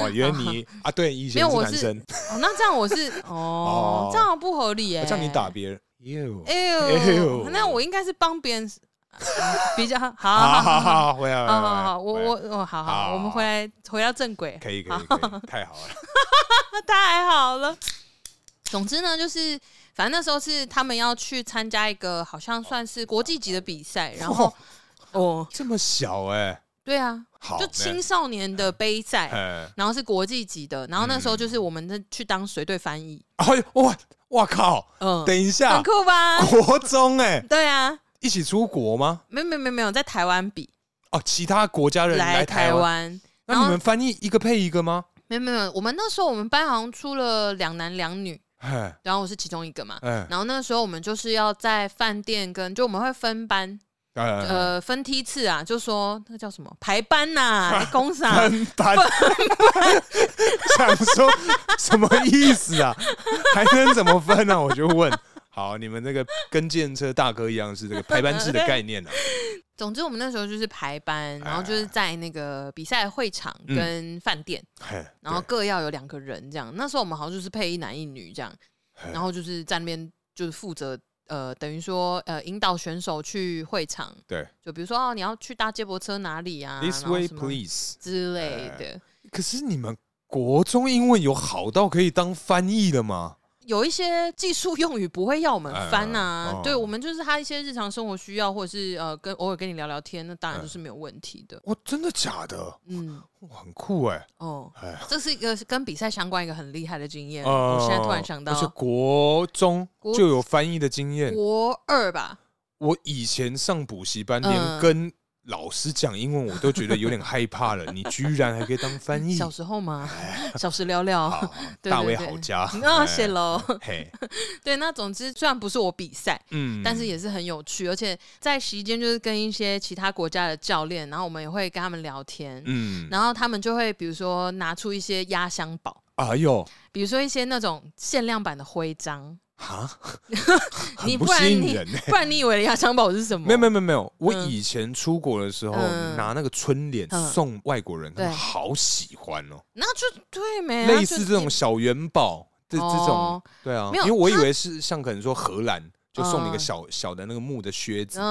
Speaker 2: 哇！原来你啊，对，以
Speaker 3: 没有
Speaker 2: 前
Speaker 3: 我
Speaker 2: 男
Speaker 3: 是
Speaker 2: 生，
Speaker 3: 哦，那这样 我是哦
Speaker 2: 哦，
Speaker 3: 这样不合理耶、
Speaker 2: 叫你打，别人，哟，
Speaker 3: 哎
Speaker 2: 哎
Speaker 3: 呦
Speaker 2: 呦，
Speaker 3: 那我应该是 帮别人比较好，好
Speaker 2: 好
Speaker 3: 好
Speaker 2: 好
Speaker 3: 好好
Speaker 2: 好，回来，
Speaker 3: 好
Speaker 2: 回来
Speaker 3: 好好，我
Speaker 2: 回来
Speaker 3: 我我好好，
Speaker 2: 好
Speaker 3: 我们回来回到正轨，
Speaker 2: 可以可以可以，太好了，
Speaker 3: 那太好了。总之呢，就是反正那时候是他们要去参加一个好像算是国际级的比赛，然后
Speaker 2: 哇
Speaker 3: 哦，
Speaker 2: 这么小哎，
Speaker 3: 对啊，
Speaker 2: 好，
Speaker 3: 就
Speaker 2: 那
Speaker 3: 青少年的杯赛。
Speaker 2: 哎，
Speaker 3: 然后是国际级的，然后那时候就是我们那去当随队翻译，
Speaker 2: 哎呦，哇，哇靠！
Speaker 3: 嗯，
Speaker 2: 等一
Speaker 3: 很
Speaker 2: 下，
Speaker 3: 酷吧？
Speaker 2: 国中哎、
Speaker 3: 对啊，
Speaker 2: 一起出国吗？
Speaker 3: 没有没有没有没有，在台湾比
Speaker 2: 哦，其他国家人
Speaker 3: 来
Speaker 2: 台
Speaker 3: 台，湾，然
Speaker 2: 那
Speaker 3: 后
Speaker 2: 你们翻译一个配一个吗？
Speaker 3: 没有没有没有，我们那时候我们班好像出了两男两女，
Speaker 2: 哎
Speaker 3: 然后我是其中一个嘛。
Speaker 2: 哎
Speaker 3: 然后那时候我们就是要在饭店跟就我们会分班，
Speaker 2: 呃，
Speaker 3: 呃，分梯次啊，就说那个叫什么排班 呐、还公啊啥？
Speaker 2: 翻 班，想说什么意思啊？还能怎么分呢、啊？我就问。好，你们这个跟建车大哥一样是这个排班制的概念啊。
Speaker 3: 总之我们那时候就是排班，然后就是在那个比赛会场
Speaker 2: 哎嗯
Speaker 3: 跟饭店，
Speaker 2: 嘿
Speaker 3: 然后各要有两个人这样。那时候我们好像就是配一男一女这样，
Speaker 2: 对
Speaker 3: 然后就是在那边就是负责呃，等于说呃引导选手去会场，
Speaker 2: 对
Speaker 3: 就比如说哦，你要去搭接驳车哪里啊
Speaker 2: ，This
Speaker 3: 然后
Speaker 2: way
Speaker 3: 什么
Speaker 2: please。
Speaker 3: 之类的。
Speaker 2: 可是你们国中英文有好到可以当翻译的吗？
Speaker 3: 有一些技术用语不会要我们翻
Speaker 2: 哎
Speaker 3: 啊，
Speaker 2: 哦
Speaker 3: 对我们就是他一些日常生活需要，或者是呃跟偶尔跟你聊聊天，那当然
Speaker 2: 哎
Speaker 3: 就是没有问题的。
Speaker 2: 哇，真的假的？
Speaker 3: 嗯，
Speaker 2: 哇，很酷哎！
Speaker 3: 哦
Speaker 2: 哎，
Speaker 3: 这是一个跟比赛相关一个很厉害的经验。
Speaker 2: 哦
Speaker 3: 我现在突然想到
Speaker 2: 而，且国中
Speaker 3: 国
Speaker 2: 就有翻译的经验。
Speaker 3: 国二吧，
Speaker 2: 我以前上补习班，
Speaker 3: 嗯
Speaker 2: 连跟老师讲英文我都觉得有点害怕了。你居然还可以当翻译？
Speaker 3: 嗯小时候嘛，小时聊聊。
Speaker 2: 哎好， 哎
Speaker 3: 对
Speaker 2: 大
Speaker 3: 对
Speaker 2: 卫
Speaker 3: 对啊
Speaker 2: 好 家，
Speaker 3: 那谢喽。
Speaker 2: 嘿，
Speaker 3: 对，那总之虽然不是我比赛，
Speaker 2: 嗯
Speaker 3: 但是也是很有趣，而且在席间就是跟一些其他国家的教练，然后我们也会跟他们聊天，
Speaker 2: 嗯，
Speaker 3: 然后他们就会比如说拿出一些压箱宝，
Speaker 2: 哎呦，
Speaker 3: 比如说一些那种限量版的徽章，
Speaker 2: 哈，
Speaker 3: 你
Speaker 2: 很不
Speaker 3: 不然
Speaker 2: 吸引
Speaker 3: 你
Speaker 2: 人欸
Speaker 3: 不然你以为的压箱宝是什么？
Speaker 2: 没有没有没有没有，我
Speaker 3: 嗯
Speaker 2: 以前出国的时候
Speaker 3: 嗯
Speaker 2: 拿那个春联
Speaker 3: 嗯
Speaker 2: 送外国人，他们
Speaker 3: 对
Speaker 2: 好喜欢哦，
Speaker 3: 那就对没啊
Speaker 2: 类
Speaker 3: 就
Speaker 2: 似这种
Speaker 3: 你
Speaker 2: 小元宝这这种
Speaker 3: 哦，
Speaker 2: 对啊，
Speaker 3: 没
Speaker 2: 因
Speaker 3: 有
Speaker 2: 为我以为是像可能说荷兰就送你一个
Speaker 3: 嗯
Speaker 2: 小小的那个木的靴子，哎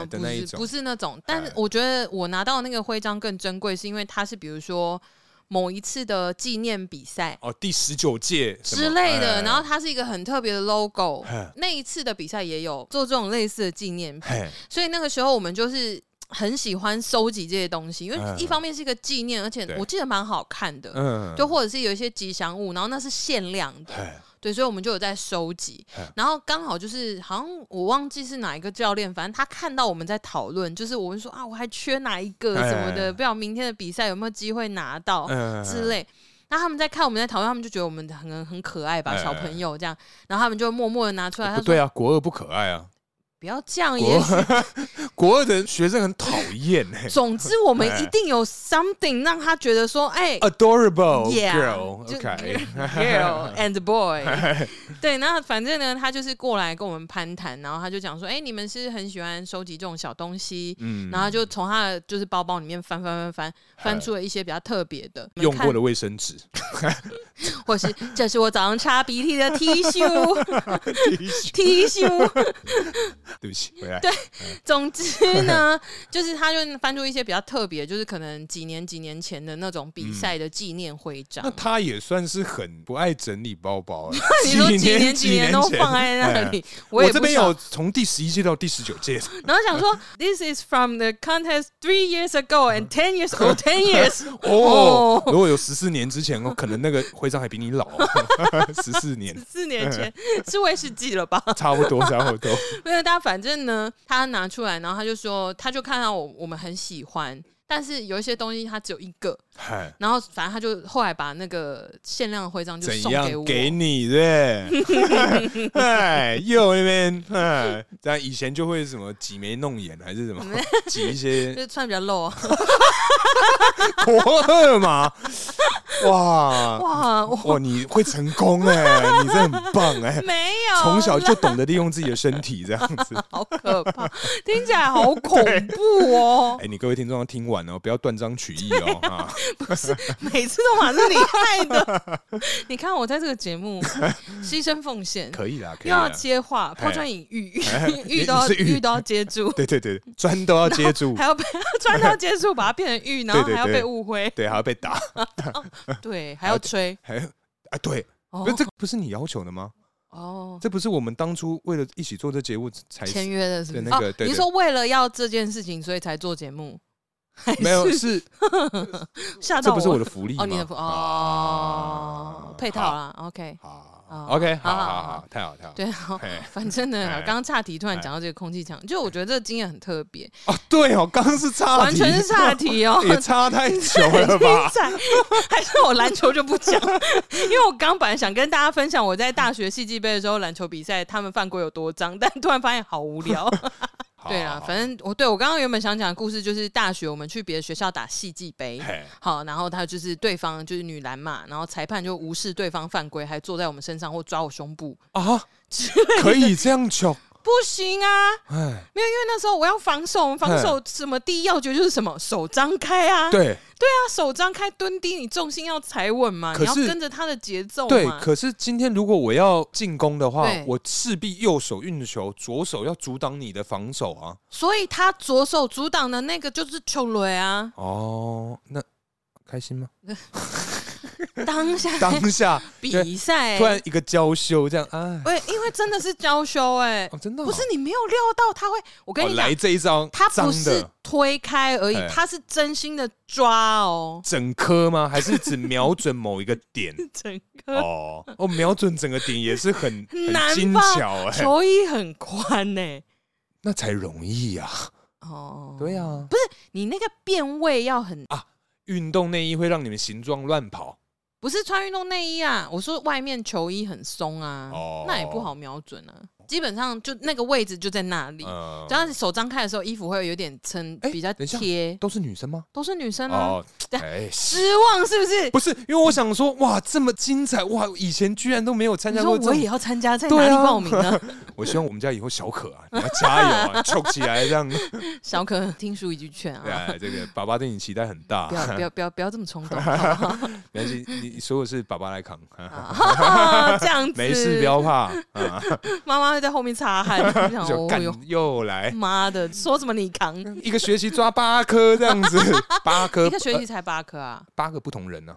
Speaker 3: 嗯，
Speaker 2: 的
Speaker 3: 不
Speaker 2: 那一
Speaker 3: 是
Speaker 2: 种
Speaker 3: 不是那种，但是
Speaker 2: 哎
Speaker 3: 我觉得我拿到那个徽章更珍贵，是因为它是比如说某一次的纪念比赛
Speaker 2: 哦，第十九届什么
Speaker 3: 之类的，
Speaker 2: 哎
Speaker 3: 然后它是一个很特别的 logo，
Speaker 2: 嘿
Speaker 3: 那一次的比赛也有做这种类似的纪念品，
Speaker 2: 嘿，
Speaker 3: 所以那个时候我们就是。很喜欢收集这些东西，因为
Speaker 2: 嗯
Speaker 3: 一方面是一个纪念，而且
Speaker 2: 对
Speaker 3: 我记得蛮好看的，
Speaker 2: 嗯，
Speaker 3: 就或者是有一些吉祥物，然后那是限量的，
Speaker 2: 嘿
Speaker 3: 对，所以我们就有在收集
Speaker 2: 嗯。
Speaker 3: 然后刚好就是好像我忘记是哪一个教练，反正他看到我们在讨论，就是我们说啊，我还缺哪一个什么
Speaker 2: 哎
Speaker 3: 的，不知道明天的比赛有没有机会拿到
Speaker 2: 嗯
Speaker 3: 哦之类。那他们在看我们在讨论，他们就觉得我们很很可爱吧，
Speaker 2: 哎
Speaker 3: 小朋友这样。然后他们就默默的拿出来，他
Speaker 2: 不
Speaker 3: 说
Speaker 2: 对啊，国二不可爱啊，
Speaker 3: 不要这样，
Speaker 2: 国
Speaker 3: 也许
Speaker 2: 二国二的学生很讨厌哎
Speaker 3: 总之我们
Speaker 2: 哎
Speaker 3: 一定有 something 让他觉得说，哎、
Speaker 2: ，adorable
Speaker 3: Yeah，就
Speaker 2: girl，OK，
Speaker 3: girl and boy，对，那反正呢，他就是过来跟我们攀谈，然后他就讲说，哎、你们是很喜欢收集这种小东西，
Speaker 2: 嗯
Speaker 3: 然后就从他的就是包包里面翻翻翻翻，翻出了一些比较特别的，你们
Speaker 2: 用
Speaker 3: 看
Speaker 2: 过的卫生 纸
Speaker 3: 或是这是我早上擦鼻涕的 T 恤，T 恤，
Speaker 2: 对不起，回来，
Speaker 3: 啊总之呢，就是他就翻出一些比较特别，就是可能几年几年前的那种比赛的纪念徽章。
Speaker 2: 嗯那他也算是很不爱整理包包、欸
Speaker 3: ，你说几年
Speaker 2: 几
Speaker 3: 几年都
Speaker 2: 前
Speaker 3: 放在那。
Speaker 2: 哎
Speaker 3: 里，
Speaker 2: 我
Speaker 3: 也
Speaker 2: 这
Speaker 3: 不
Speaker 2: 边
Speaker 3: 晓
Speaker 2: 有从第十一届到第十 九届，
Speaker 3: 然后 想说，This is from the contest three years ago
Speaker 2: 嗯
Speaker 3: and ten years or ten years
Speaker 2: 哦，
Speaker 3: 哦
Speaker 2: 如果有十四年之前，哦，可能那个徽章还比你老， 十四年
Speaker 3: 四年前是威士忌了吧？
Speaker 2: 差不多，差不多。
Speaker 3: 没有，他反正呢，他拿出来，然后他就说，他就看到我我们很喜欢，但是有一些东西他只有一个，
Speaker 2: 嗨，
Speaker 3: 然后反正他就后来把那个限量的徽章就
Speaker 2: 怎
Speaker 3: 送给
Speaker 2: 样
Speaker 3: 我。
Speaker 2: 给你 对？哎，又那边哎，但以前就会什么挤眉弄眼，还 是什么挤一些
Speaker 3: 就是穿比较 露啊！
Speaker 2: 国二嘛，哇
Speaker 3: 哇，我
Speaker 2: 哇，你会成功哎、你真的很棒 哎、
Speaker 3: 没有，啊
Speaker 2: 从小就懂得利用自己的身体这样子。
Speaker 3: 好可怕，听起来好恐怖哦
Speaker 2: 哎、！你各位听众要听完哦，不要断章取义哦 啊！
Speaker 3: 不是每次都嘛是你害的。 你看我在这个节目牺牲奉献，
Speaker 2: 可以啦，可以
Speaker 3: 又要
Speaker 2: 啦。
Speaker 3: 接话，
Speaker 2: 哎
Speaker 3: 抛砖引玉
Speaker 2: 哎，
Speaker 3: 玉
Speaker 2: 你
Speaker 3: 都要
Speaker 2: 你是玉
Speaker 3: 玉都要 接住，
Speaker 2: 对对对，砖都要接住
Speaker 3: 还，要被砖到接住，把它变成玉，然后
Speaker 2: 对对
Speaker 3: 还要
Speaker 2: 对
Speaker 3: 被 误会，
Speaker 2: 对，还要被打，
Speaker 3: 对，还要吹
Speaker 2: 还要啊，对，不
Speaker 3: 哦
Speaker 2: 是这不是你要求的吗？
Speaker 3: 哦，
Speaker 2: 这不是我们当初为了一起做这节目才
Speaker 3: 签约的是不
Speaker 2: 对
Speaker 3: 是？
Speaker 2: 那个
Speaker 3: 哦
Speaker 2: 对
Speaker 3: 你
Speaker 2: 对
Speaker 3: 说为了要这件事情，所以才做节目，还
Speaker 2: 没有
Speaker 3: 是
Speaker 2: 是
Speaker 3: 吓
Speaker 2: 这
Speaker 3: 到
Speaker 2: 不是我
Speaker 3: 我
Speaker 2: 的福利吗？
Speaker 3: 哦，你的
Speaker 2: 啊
Speaker 3: 哦配套啦，OK，
Speaker 2: 好好
Speaker 3: 哦
Speaker 2: ，OK，好
Speaker 3: 好
Speaker 2: 好
Speaker 3: 好
Speaker 2: 好，太好太好。
Speaker 3: 对，好。
Speaker 2: 嘿
Speaker 3: 反正呢
Speaker 2: 哎，
Speaker 3: 刚刚岔题，突然讲到这个空气墙，就我觉得这个经验很特别，
Speaker 2: 哦，对哦，刚刚是差。
Speaker 3: 完全是岔题 哦
Speaker 2: 也差太久了
Speaker 3: 精
Speaker 2: 吧？
Speaker 3: 彩，还是我篮球就不讲，因为我刚本来想跟大家分享我在大学戏剧杯的时候篮球比赛他们犯规有多脏，但突然发现好无 聊。 对
Speaker 2: 啊
Speaker 3: 啊，，反正我对我刚刚原本想讲的故事就是大学我们去别的学校打戏剧杯，
Speaker 2: 嘿
Speaker 3: 好，然后他就是对方就是女篮嘛，然后裁判就无视对方犯规，还坐在我们身上或抓我胸部，
Speaker 2: 啊，可以这样求，
Speaker 3: 不行啊，
Speaker 2: 哎，
Speaker 3: 没有，因为那时候我要防守，防守什么第一要诀就是什么手张开啊，对
Speaker 2: 对
Speaker 3: 啊，手张开蹲低，你重心要踩稳嘛，
Speaker 2: 可
Speaker 3: 你要
Speaker 2: 是
Speaker 3: 跟着他的节奏
Speaker 2: 对。
Speaker 3: 啊哦嘛。
Speaker 2: 可是今天如果我要进攻的话
Speaker 3: 对，
Speaker 2: 我势必右手运球，左手要阻挡你的防守啊。，
Speaker 3: 所以他左手阻挡的那个就是球雷啊
Speaker 2: 哦，那开心 吗？
Speaker 3: 当下
Speaker 2: 当下
Speaker 3: 比赛
Speaker 2: 突然一个娇羞，这样啊，
Speaker 3: 喂，因为真的是娇羞哎、
Speaker 2: 哦，真 的哦
Speaker 3: 不是你没有料到他会，我跟
Speaker 2: 哦
Speaker 3: 你讲
Speaker 2: 来，这一招，
Speaker 3: 他
Speaker 2: 脏
Speaker 3: 不是
Speaker 2: 的
Speaker 3: 推开而已
Speaker 2: 哎，
Speaker 3: 他是真心的抓哦，
Speaker 2: 整颗吗？还是只瞄准某一个 点？
Speaker 3: 整个
Speaker 2: 哦，哦，瞄准整个点也是很
Speaker 3: 很
Speaker 2: 很
Speaker 3: 难
Speaker 2: 精
Speaker 3: 吧
Speaker 2: 巧哎，
Speaker 3: 球衣很宽呢、
Speaker 2: 那才容易呀。
Speaker 3: 哦，
Speaker 2: 对，啊，
Speaker 3: 你那个变位要很，
Speaker 2: 运动内衣会让你们形状乱跑
Speaker 3: 不是穿运动内衣啊，我说外面球衣很松啊，
Speaker 2: 哦
Speaker 3: 那也不好瞄准啊，基本上就那个位置就在那里。
Speaker 2: 嗯
Speaker 3: 只要你手张开的时候，衣服会有点撑，
Speaker 2: 哎
Speaker 3: 比较
Speaker 2: 等一下
Speaker 3: 贴，
Speaker 2: 都是女生吗？
Speaker 3: 都是女生啊，
Speaker 2: 嗯哦，哎，
Speaker 3: 失望是不是？
Speaker 2: 不是，因为我想说，哇，这么精彩，哇，以前居然都没有参
Speaker 3: 你
Speaker 2: 加
Speaker 3: 说
Speaker 2: 过这
Speaker 3: 我也
Speaker 2: 种。
Speaker 3: 要参加，在
Speaker 2: 对
Speaker 3: 哪里
Speaker 2: 啊
Speaker 3: 报名呢？
Speaker 2: 我希望我们家以后小可啊，你要加油啊， 翘起来这样。
Speaker 3: 小可听书一句劝啊，
Speaker 2: 哎，这个爸爸对你期待很大啊
Speaker 3: 不，要不要不要不要这么冲动，啊 好不好
Speaker 2: 没关系，你你所有事爸爸来扛，
Speaker 3: 啊 这样子
Speaker 2: 没事，不要怕啊。
Speaker 3: 妈妈会在后面 擦汗，我想
Speaker 2: 就
Speaker 3: 哦
Speaker 2: 干
Speaker 3: 哟
Speaker 2: 又来
Speaker 3: 妈的，说什么你扛？
Speaker 2: 一个学期抓八颗这样 子，八颗
Speaker 3: 一个学
Speaker 2: 呃
Speaker 3: 期才八科啊，
Speaker 2: 八个不同人呢、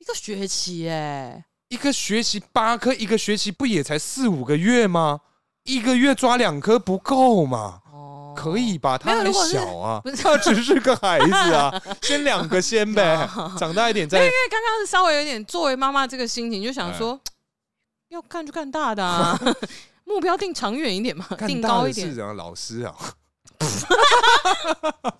Speaker 3: 一个学期哎，
Speaker 2: 一个学期八颗，一个学期不也才四五个月吗？一个月抓两颗不够嘛？
Speaker 3: 哦，
Speaker 2: 可以吧？他
Speaker 3: 没有
Speaker 2: 还
Speaker 3: 如果是
Speaker 2: 小啊
Speaker 3: 不，是
Speaker 2: 他只是个孩子啊，先两个先呗，
Speaker 3: 哦
Speaker 2: 长大一点再。
Speaker 3: 因为刚刚是稍微有点作为妈妈这个心情，就
Speaker 2: 哎
Speaker 3: 想说、要干就干大的、啊， 目标定长远一点嘛，
Speaker 2: 看
Speaker 3: 定
Speaker 2: 大的
Speaker 3: 高一
Speaker 2: 是
Speaker 3: 点。
Speaker 2: 怎样老师啊，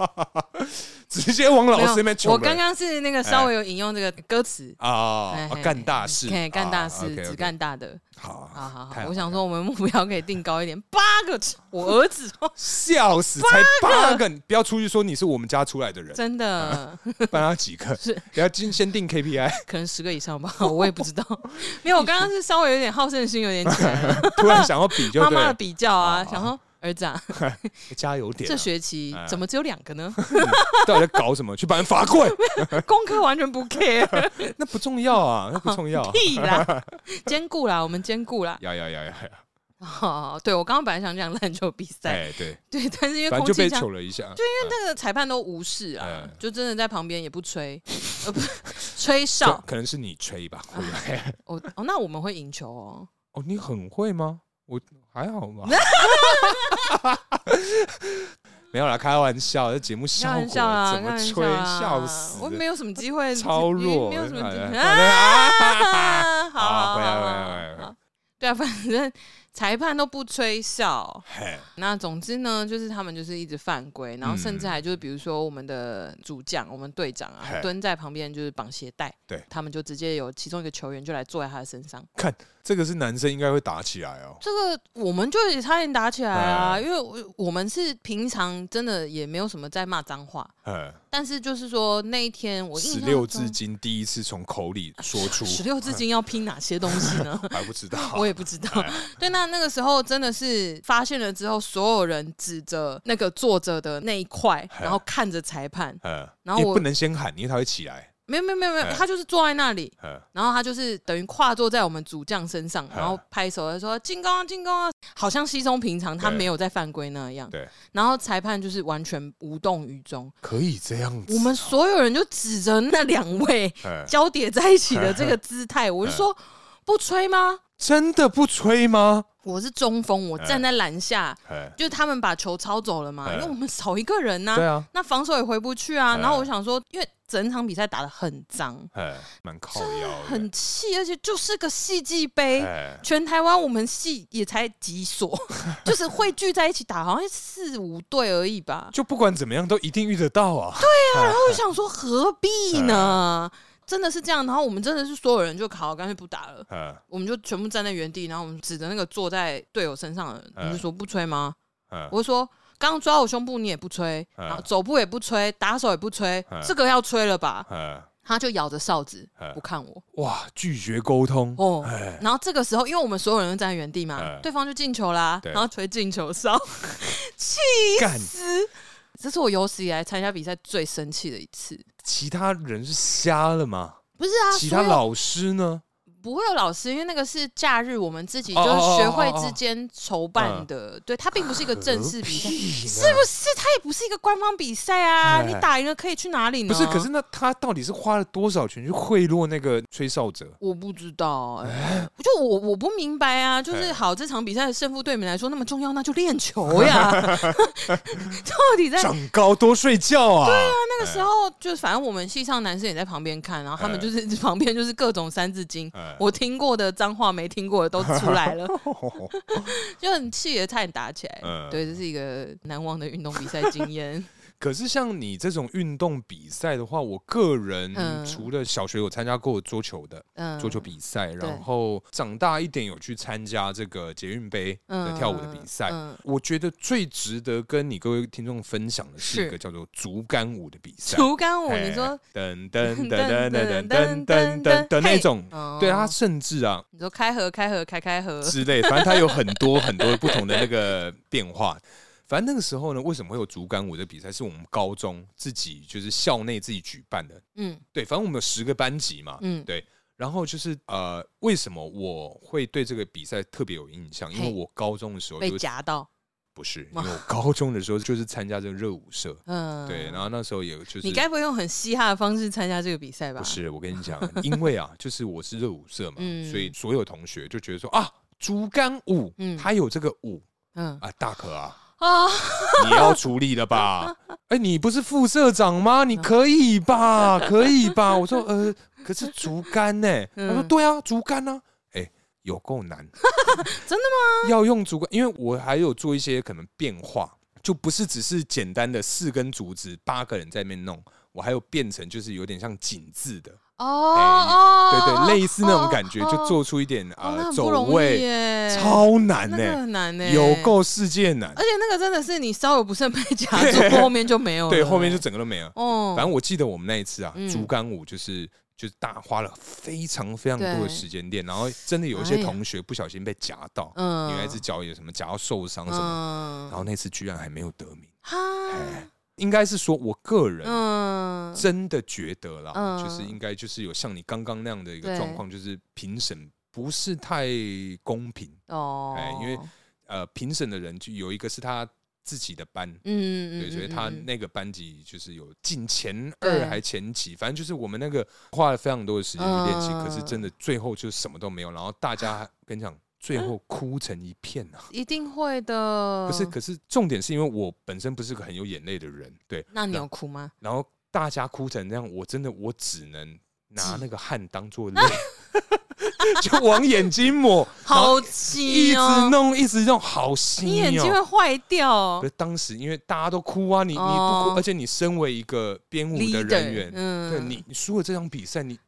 Speaker 2: 直接往老师那边
Speaker 3: 我
Speaker 2: 求
Speaker 3: 刚刚是那个稍微有引用这个歌词。
Speaker 2: 啊
Speaker 3: 哎，
Speaker 2: 啊干大事哦
Speaker 3: 嘿，干大事，
Speaker 2: OK，OK，
Speaker 3: 只干大的。
Speaker 2: 好，啊
Speaker 3: 好好
Speaker 2: 哦太
Speaker 3: 好，
Speaker 2: 好
Speaker 3: 我想说我们目标可以定高一点，八个，我儿子哦
Speaker 2: 笑死，才八个，你不要出去说你是我们家出来的人，
Speaker 3: 真 的
Speaker 2: 帮他几个
Speaker 3: 是，
Speaker 2: 不要先先定 KPI，
Speaker 3: 可能十个以上吧，我也不知道。没有，我刚刚是稍微有点好胜心有点起来了，
Speaker 2: 突然想要比就
Speaker 3: 妈
Speaker 2: 对
Speaker 3: 妈的
Speaker 2: 了，
Speaker 3: 比较啊，
Speaker 2: 好
Speaker 3: 想说儿子啊，
Speaker 2: 加油点啊
Speaker 3: 这，学期
Speaker 2: 哦哎
Speaker 3: 怎么只有两个呢？
Speaker 2: 到底在搞什么？去把人罚 跪，
Speaker 3: 功课完全不 care，
Speaker 2: 那不重要啊，那不重 要啊，
Speaker 3: 屁啦，兼顾啦，我们兼顾啦。
Speaker 2: 要要要要要，
Speaker 3: 哦，对我刚刚本来想讲篮球比赛，
Speaker 2: 哎对，
Speaker 3: 对，但是因为
Speaker 2: 反正
Speaker 3: 空
Speaker 2: 就
Speaker 3: 气
Speaker 2: 被
Speaker 3: 枪
Speaker 2: 糗了一下，
Speaker 3: 那个裁判都无视啊
Speaker 2: 哎，
Speaker 3: 就真的在旁边也不吹， 呃，不是吹
Speaker 2: 可
Speaker 3: 哨。
Speaker 2: 可能是你吹吧，会不会？
Speaker 3: 哦哦，那我们会赢球哦。
Speaker 2: 哦，你很会吗？我还好 吧。没有啦，开玩笑，这节目效
Speaker 3: 开
Speaker 2: 果
Speaker 3: 玩笑啊，
Speaker 2: 怎
Speaker 3: 开
Speaker 2: 么
Speaker 3: 玩
Speaker 2: 吹
Speaker 3: 笑，啊！
Speaker 2: 笑死！
Speaker 3: 我没有什么机会，
Speaker 2: 超弱
Speaker 3: 没有什么机
Speaker 2: 哎
Speaker 3: 会
Speaker 2: 哎
Speaker 3: 啊！好
Speaker 2: 好
Speaker 3: 好，
Speaker 2: 回来
Speaker 3: 好
Speaker 2: 回
Speaker 3: 好
Speaker 2: 来回来
Speaker 3: 好对啊，反正裁判都不吹哨。
Speaker 2: 嘿
Speaker 3: 那总之呢，就是他们就是一直犯规，然后甚至
Speaker 2: 嗯
Speaker 3: 还就是比如说我们的主将、我们队长啊
Speaker 2: 嘿，
Speaker 3: 蹲在旁边就是绑鞋带，
Speaker 2: 对
Speaker 3: 他们就直接有其中一个球员就来坐在他的身上。
Speaker 2: 这个是男生应该会打起来哦。
Speaker 3: 这个我们就也差点打起来啊，
Speaker 2: 哎
Speaker 3: 因为我我们是平常真的也没有什么在骂脏话，
Speaker 2: 嗯，
Speaker 3: 但是就是说那一天我印
Speaker 2: 十
Speaker 3: 象
Speaker 2: 六
Speaker 3: 中
Speaker 2: 字经第一次从口里说出，
Speaker 3: 十六字经要拼哪些东西呢？
Speaker 2: 还不知道。
Speaker 3: 我也不知道。
Speaker 2: 哎
Speaker 3: 对，那那个时候真的是发现了之后，所有人指着那个坐着的那一块，
Speaker 2: 哎
Speaker 3: 然后看着裁判。
Speaker 2: 嗯，
Speaker 3: 然后
Speaker 2: 也
Speaker 3: 我
Speaker 2: 不能先喊，因为他会起来。
Speaker 3: 没有没有没有没有
Speaker 2: 哎，
Speaker 3: 他就是坐在那里，
Speaker 2: 嗯，
Speaker 3: 然后他就是等于跨坐在我们主将身上，
Speaker 2: 哎
Speaker 3: 然后拍手他说进攻啊进攻啊，好像稀松平常，他
Speaker 2: 对
Speaker 3: 没有在犯规那样。
Speaker 2: 对，
Speaker 3: 然后裁判就是完全无动于衷。
Speaker 2: 可以这样子。
Speaker 3: 我们所有人就指着那两位
Speaker 2: 嗯
Speaker 3: 交叠在一起的这个姿态，
Speaker 2: 哎
Speaker 3: 我就说不吹吗？
Speaker 2: 真的不吹吗？
Speaker 3: 我是中锋，我站在篮下，
Speaker 2: 哎，
Speaker 3: 就是他们把球抄走了嘛，
Speaker 2: 哎
Speaker 3: 因为我们少一个人呐、
Speaker 2: 对啊，
Speaker 3: 那防守也回不去啊。
Speaker 2: 哎
Speaker 3: 然后我想说，因为整场比赛打得很脏，
Speaker 2: 哎，蛮靠腰的，
Speaker 3: 很气，而且就是个戏剧杯。
Speaker 2: 哎，
Speaker 3: 全台湾我们系也才几所， 就是汇聚在一起打，好像四五队而已吧。
Speaker 2: 就不管怎么样都一定遇得到啊。
Speaker 3: 然后我想说何必
Speaker 2: 哎
Speaker 3: 呢？真的是这样，然后我们真的是所有人就考，干脆不打了，
Speaker 2: 嗯
Speaker 3: 我们就全部站在原地，然后我们指着那个坐在队友身上的人，
Speaker 2: 嗯
Speaker 3: 我们就说不吹吗？
Speaker 2: 嗯，
Speaker 3: 我就说刚刚抓我胸部你也不吹，
Speaker 2: 嗯
Speaker 3: 然后走步也不吹，打手也不吹
Speaker 2: 嗯，
Speaker 3: 这个要吹了吧？
Speaker 2: 嗯，
Speaker 3: 他就咬着哨子
Speaker 2: 哎
Speaker 3: 不看我
Speaker 2: 哇，拒绝沟通，
Speaker 3: 哦
Speaker 2: 哎。
Speaker 3: 然后这个时候，因为我们所有人都站在原地嘛
Speaker 2: 哎，
Speaker 3: 对方就进球啦，
Speaker 2: 对
Speaker 3: 然后吹进球哨，
Speaker 2: 干，
Speaker 3: 这是我有史以来参加比赛最生气的一次。
Speaker 2: 其他人是瞎了吗？
Speaker 3: 不是啊，
Speaker 2: 其
Speaker 3: 所
Speaker 2: 他
Speaker 3: 有
Speaker 2: 老师呢？
Speaker 3: 不会有老师，因为那个是假日，我们自己
Speaker 2: 哦
Speaker 3: 就
Speaker 2: 哦
Speaker 3: 是
Speaker 2: 哦嗯
Speaker 3: 学
Speaker 2: 哦
Speaker 3: 会
Speaker 2: 哦
Speaker 3: 之间筹办的，对，它并不是一个正式比赛，
Speaker 2: 是
Speaker 3: 是不是？它也不是一个官方比赛啊，
Speaker 2: 啊哎
Speaker 3: 你打赢了可以去哪里呢？
Speaker 2: 不是？可是那他到底是花了多少钱去贿赂那个吹哨者？
Speaker 3: 我不知道、哎，我就我我不明白啊，就是
Speaker 2: 哎
Speaker 3: 好这场比赛的胜负对你们来说那么重要，那就练球 呀， 到底在
Speaker 2: 长高多睡觉啊！对啊，
Speaker 3: 那个时候，就是反正我们系上男生也在旁边看，然后他们就是 旁边就是各种三字经
Speaker 2: 哎，
Speaker 3: 我听过的脏话没听过的都出来 了，就很气也差点打起来
Speaker 2: 嗯。
Speaker 3: 对，这是一个难忘的运动比赛经验。
Speaker 2: 可是像你这种运动比赛的话，我个人
Speaker 3: 嗯
Speaker 2: 除了小学有参加过桌球的
Speaker 3: 嗯，
Speaker 2: 桌球比赛，然后长大一点有去参加这个捷运杯的跳舞的比赛。
Speaker 3: 嗯
Speaker 2: 我觉得最值得跟你各位听众分享的是
Speaker 3: 是
Speaker 2: 一个叫做竹竿舞的比赛。
Speaker 3: 竹竿舞，
Speaker 2: 哎
Speaker 3: 你说，
Speaker 2: 噔噔噔噔噔噔
Speaker 3: 噔噔噔
Speaker 2: 噔噔
Speaker 3: 噔噔
Speaker 2: 的那
Speaker 3: 嘿
Speaker 2: 种，
Speaker 3: 哦
Speaker 2: 对它甚至啊
Speaker 3: 你说开合开合开开合，
Speaker 2: 之类，反正它有很多很多不同的那个变化。反正那个时候呢，为什么会有竹竿舞的比赛？是我们高中自己就是校内自己举办的。
Speaker 3: 嗯
Speaker 2: 对，反正我们有十个班级嘛，
Speaker 3: 嗯
Speaker 2: 对。然后就是呃，为什么我会对这个比赛特别有印象？因为
Speaker 3: 嘿
Speaker 2: 我高中的时候
Speaker 3: 被
Speaker 2: 就是
Speaker 3: 夹到，
Speaker 2: 不是，因
Speaker 3: 吗
Speaker 2: 为我高中的时候就是参加这个热舞社，
Speaker 3: 嗯，
Speaker 2: 对。然后那时候也就是
Speaker 3: 你该不会用很嘻哈的方式参加这个比赛吧？
Speaker 2: 不，是，我跟你讲，因为啊，就是我是热舞社嘛，
Speaker 3: 嗯
Speaker 2: 所以所有同学就觉得说啊，竹竿舞，
Speaker 3: 嗯
Speaker 2: 它有这个舞
Speaker 3: 嗯
Speaker 2: 啊，大可啊，
Speaker 3: 啊，
Speaker 2: 你要处理了 吧？哎，你不是副社长吗？
Speaker 3: 嗯
Speaker 2: 你可以吧？ 可以吧？我说呃，可是竹竿呢、他说
Speaker 3: 嗯，
Speaker 2: 对啊，竹竿啊，哎，有够难
Speaker 3: 真的
Speaker 2: 吗？要用竹竿，因为我还有做一些可能变化，就不是只是简单的四根竹子，八个人在那边弄。我还有变成就是有点像井字的，
Speaker 3: 哦
Speaker 2: 哎对对，
Speaker 3: 哦，
Speaker 2: 类似那种感觉，
Speaker 3: 哦
Speaker 2: 就做出一点
Speaker 3: 哦，那
Speaker 2: 啊
Speaker 3: 很
Speaker 2: 走
Speaker 3: 不容易
Speaker 2: 位，
Speaker 3: 耶，
Speaker 2: 超难
Speaker 3: 那个
Speaker 2: 呢，
Speaker 3: 很难呢、欸哎
Speaker 2: 有。够世界难
Speaker 3: 而。且那个真的是你稍有不慎 被夹住，后面就没有了、
Speaker 2: 对，后面就整个都没了。
Speaker 3: 哦，
Speaker 2: 反正我记得我们那一次啊，
Speaker 3: 嗯
Speaker 2: 竹竿舞就是就是大花了非常非常多的
Speaker 3: 对
Speaker 2: 时间练，然后真的有一些
Speaker 3: 哎呀
Speaker 2: 同学不小心被夹到，女
Speaker 3: 嗯
Speaker 2: 孩子脚有什么夹到受伤什么，
Speaker 3: 嗯
Speaker 2: 然后那次居然还没有得名。
Speaker 3: 哈
Speaker 2: 哎，应该是说我个人
Speaker 3: 嗯，
Speaker 2: 真的觉得啦，
Speaker 3: 嗯
Speaker 2: 就是应该就是有像你刚刚那样的一个
Speaker 3: 对
Speaker 2: 状况，就是评审不是太公平。
Speaker 3: 哦，
Speaker 2: 哎因为呃，评审的人就有一个是他自己的班，
Speaker 3: 嗯嗯嗯，
Speaker 2: 对，所以他
Speaker 3: 嗯
Speaker 2: 那个班级就是有进前
Speaker 3: 对
Speaker 2: 二还前几，反正就是我们那个花了非常多的时间去练习，可是
Speaker 3: 嗯
Speaker 2: 真的最后就什么都没有，然后大家还跟你讲，最 后哭成一片啊！
Speaker 3: 一定会 的。
Speaker 2: 不是，可是重点是因为我本身不是个很有眼泪的人，对，
Speaker 3: 那你有哭吗？
Speaker 2: 然后大家哭成那样，我真的我只能拿那个汗当做 泪，就往眼睛抹，然后
Speaker 3: 好
Speaker 2: 一
Speaker 3: 气
Speaker 2: 直
Speaker 3: 哦，
Speaker 2: 弄一直弄，好心、哦，
Speaker 3: 你眼睛会坏掉
Speaker 2: 可。是当时因为大家都哭啊，你你不哭
Speaker 3: 哦，
Speaker 2: 而且你身为一个编舞的
Speaker 3: leader，
Speaker 2: 人员，
Speaker 3: 嗯，
Speaker 2: 对你你输了这场比赛，你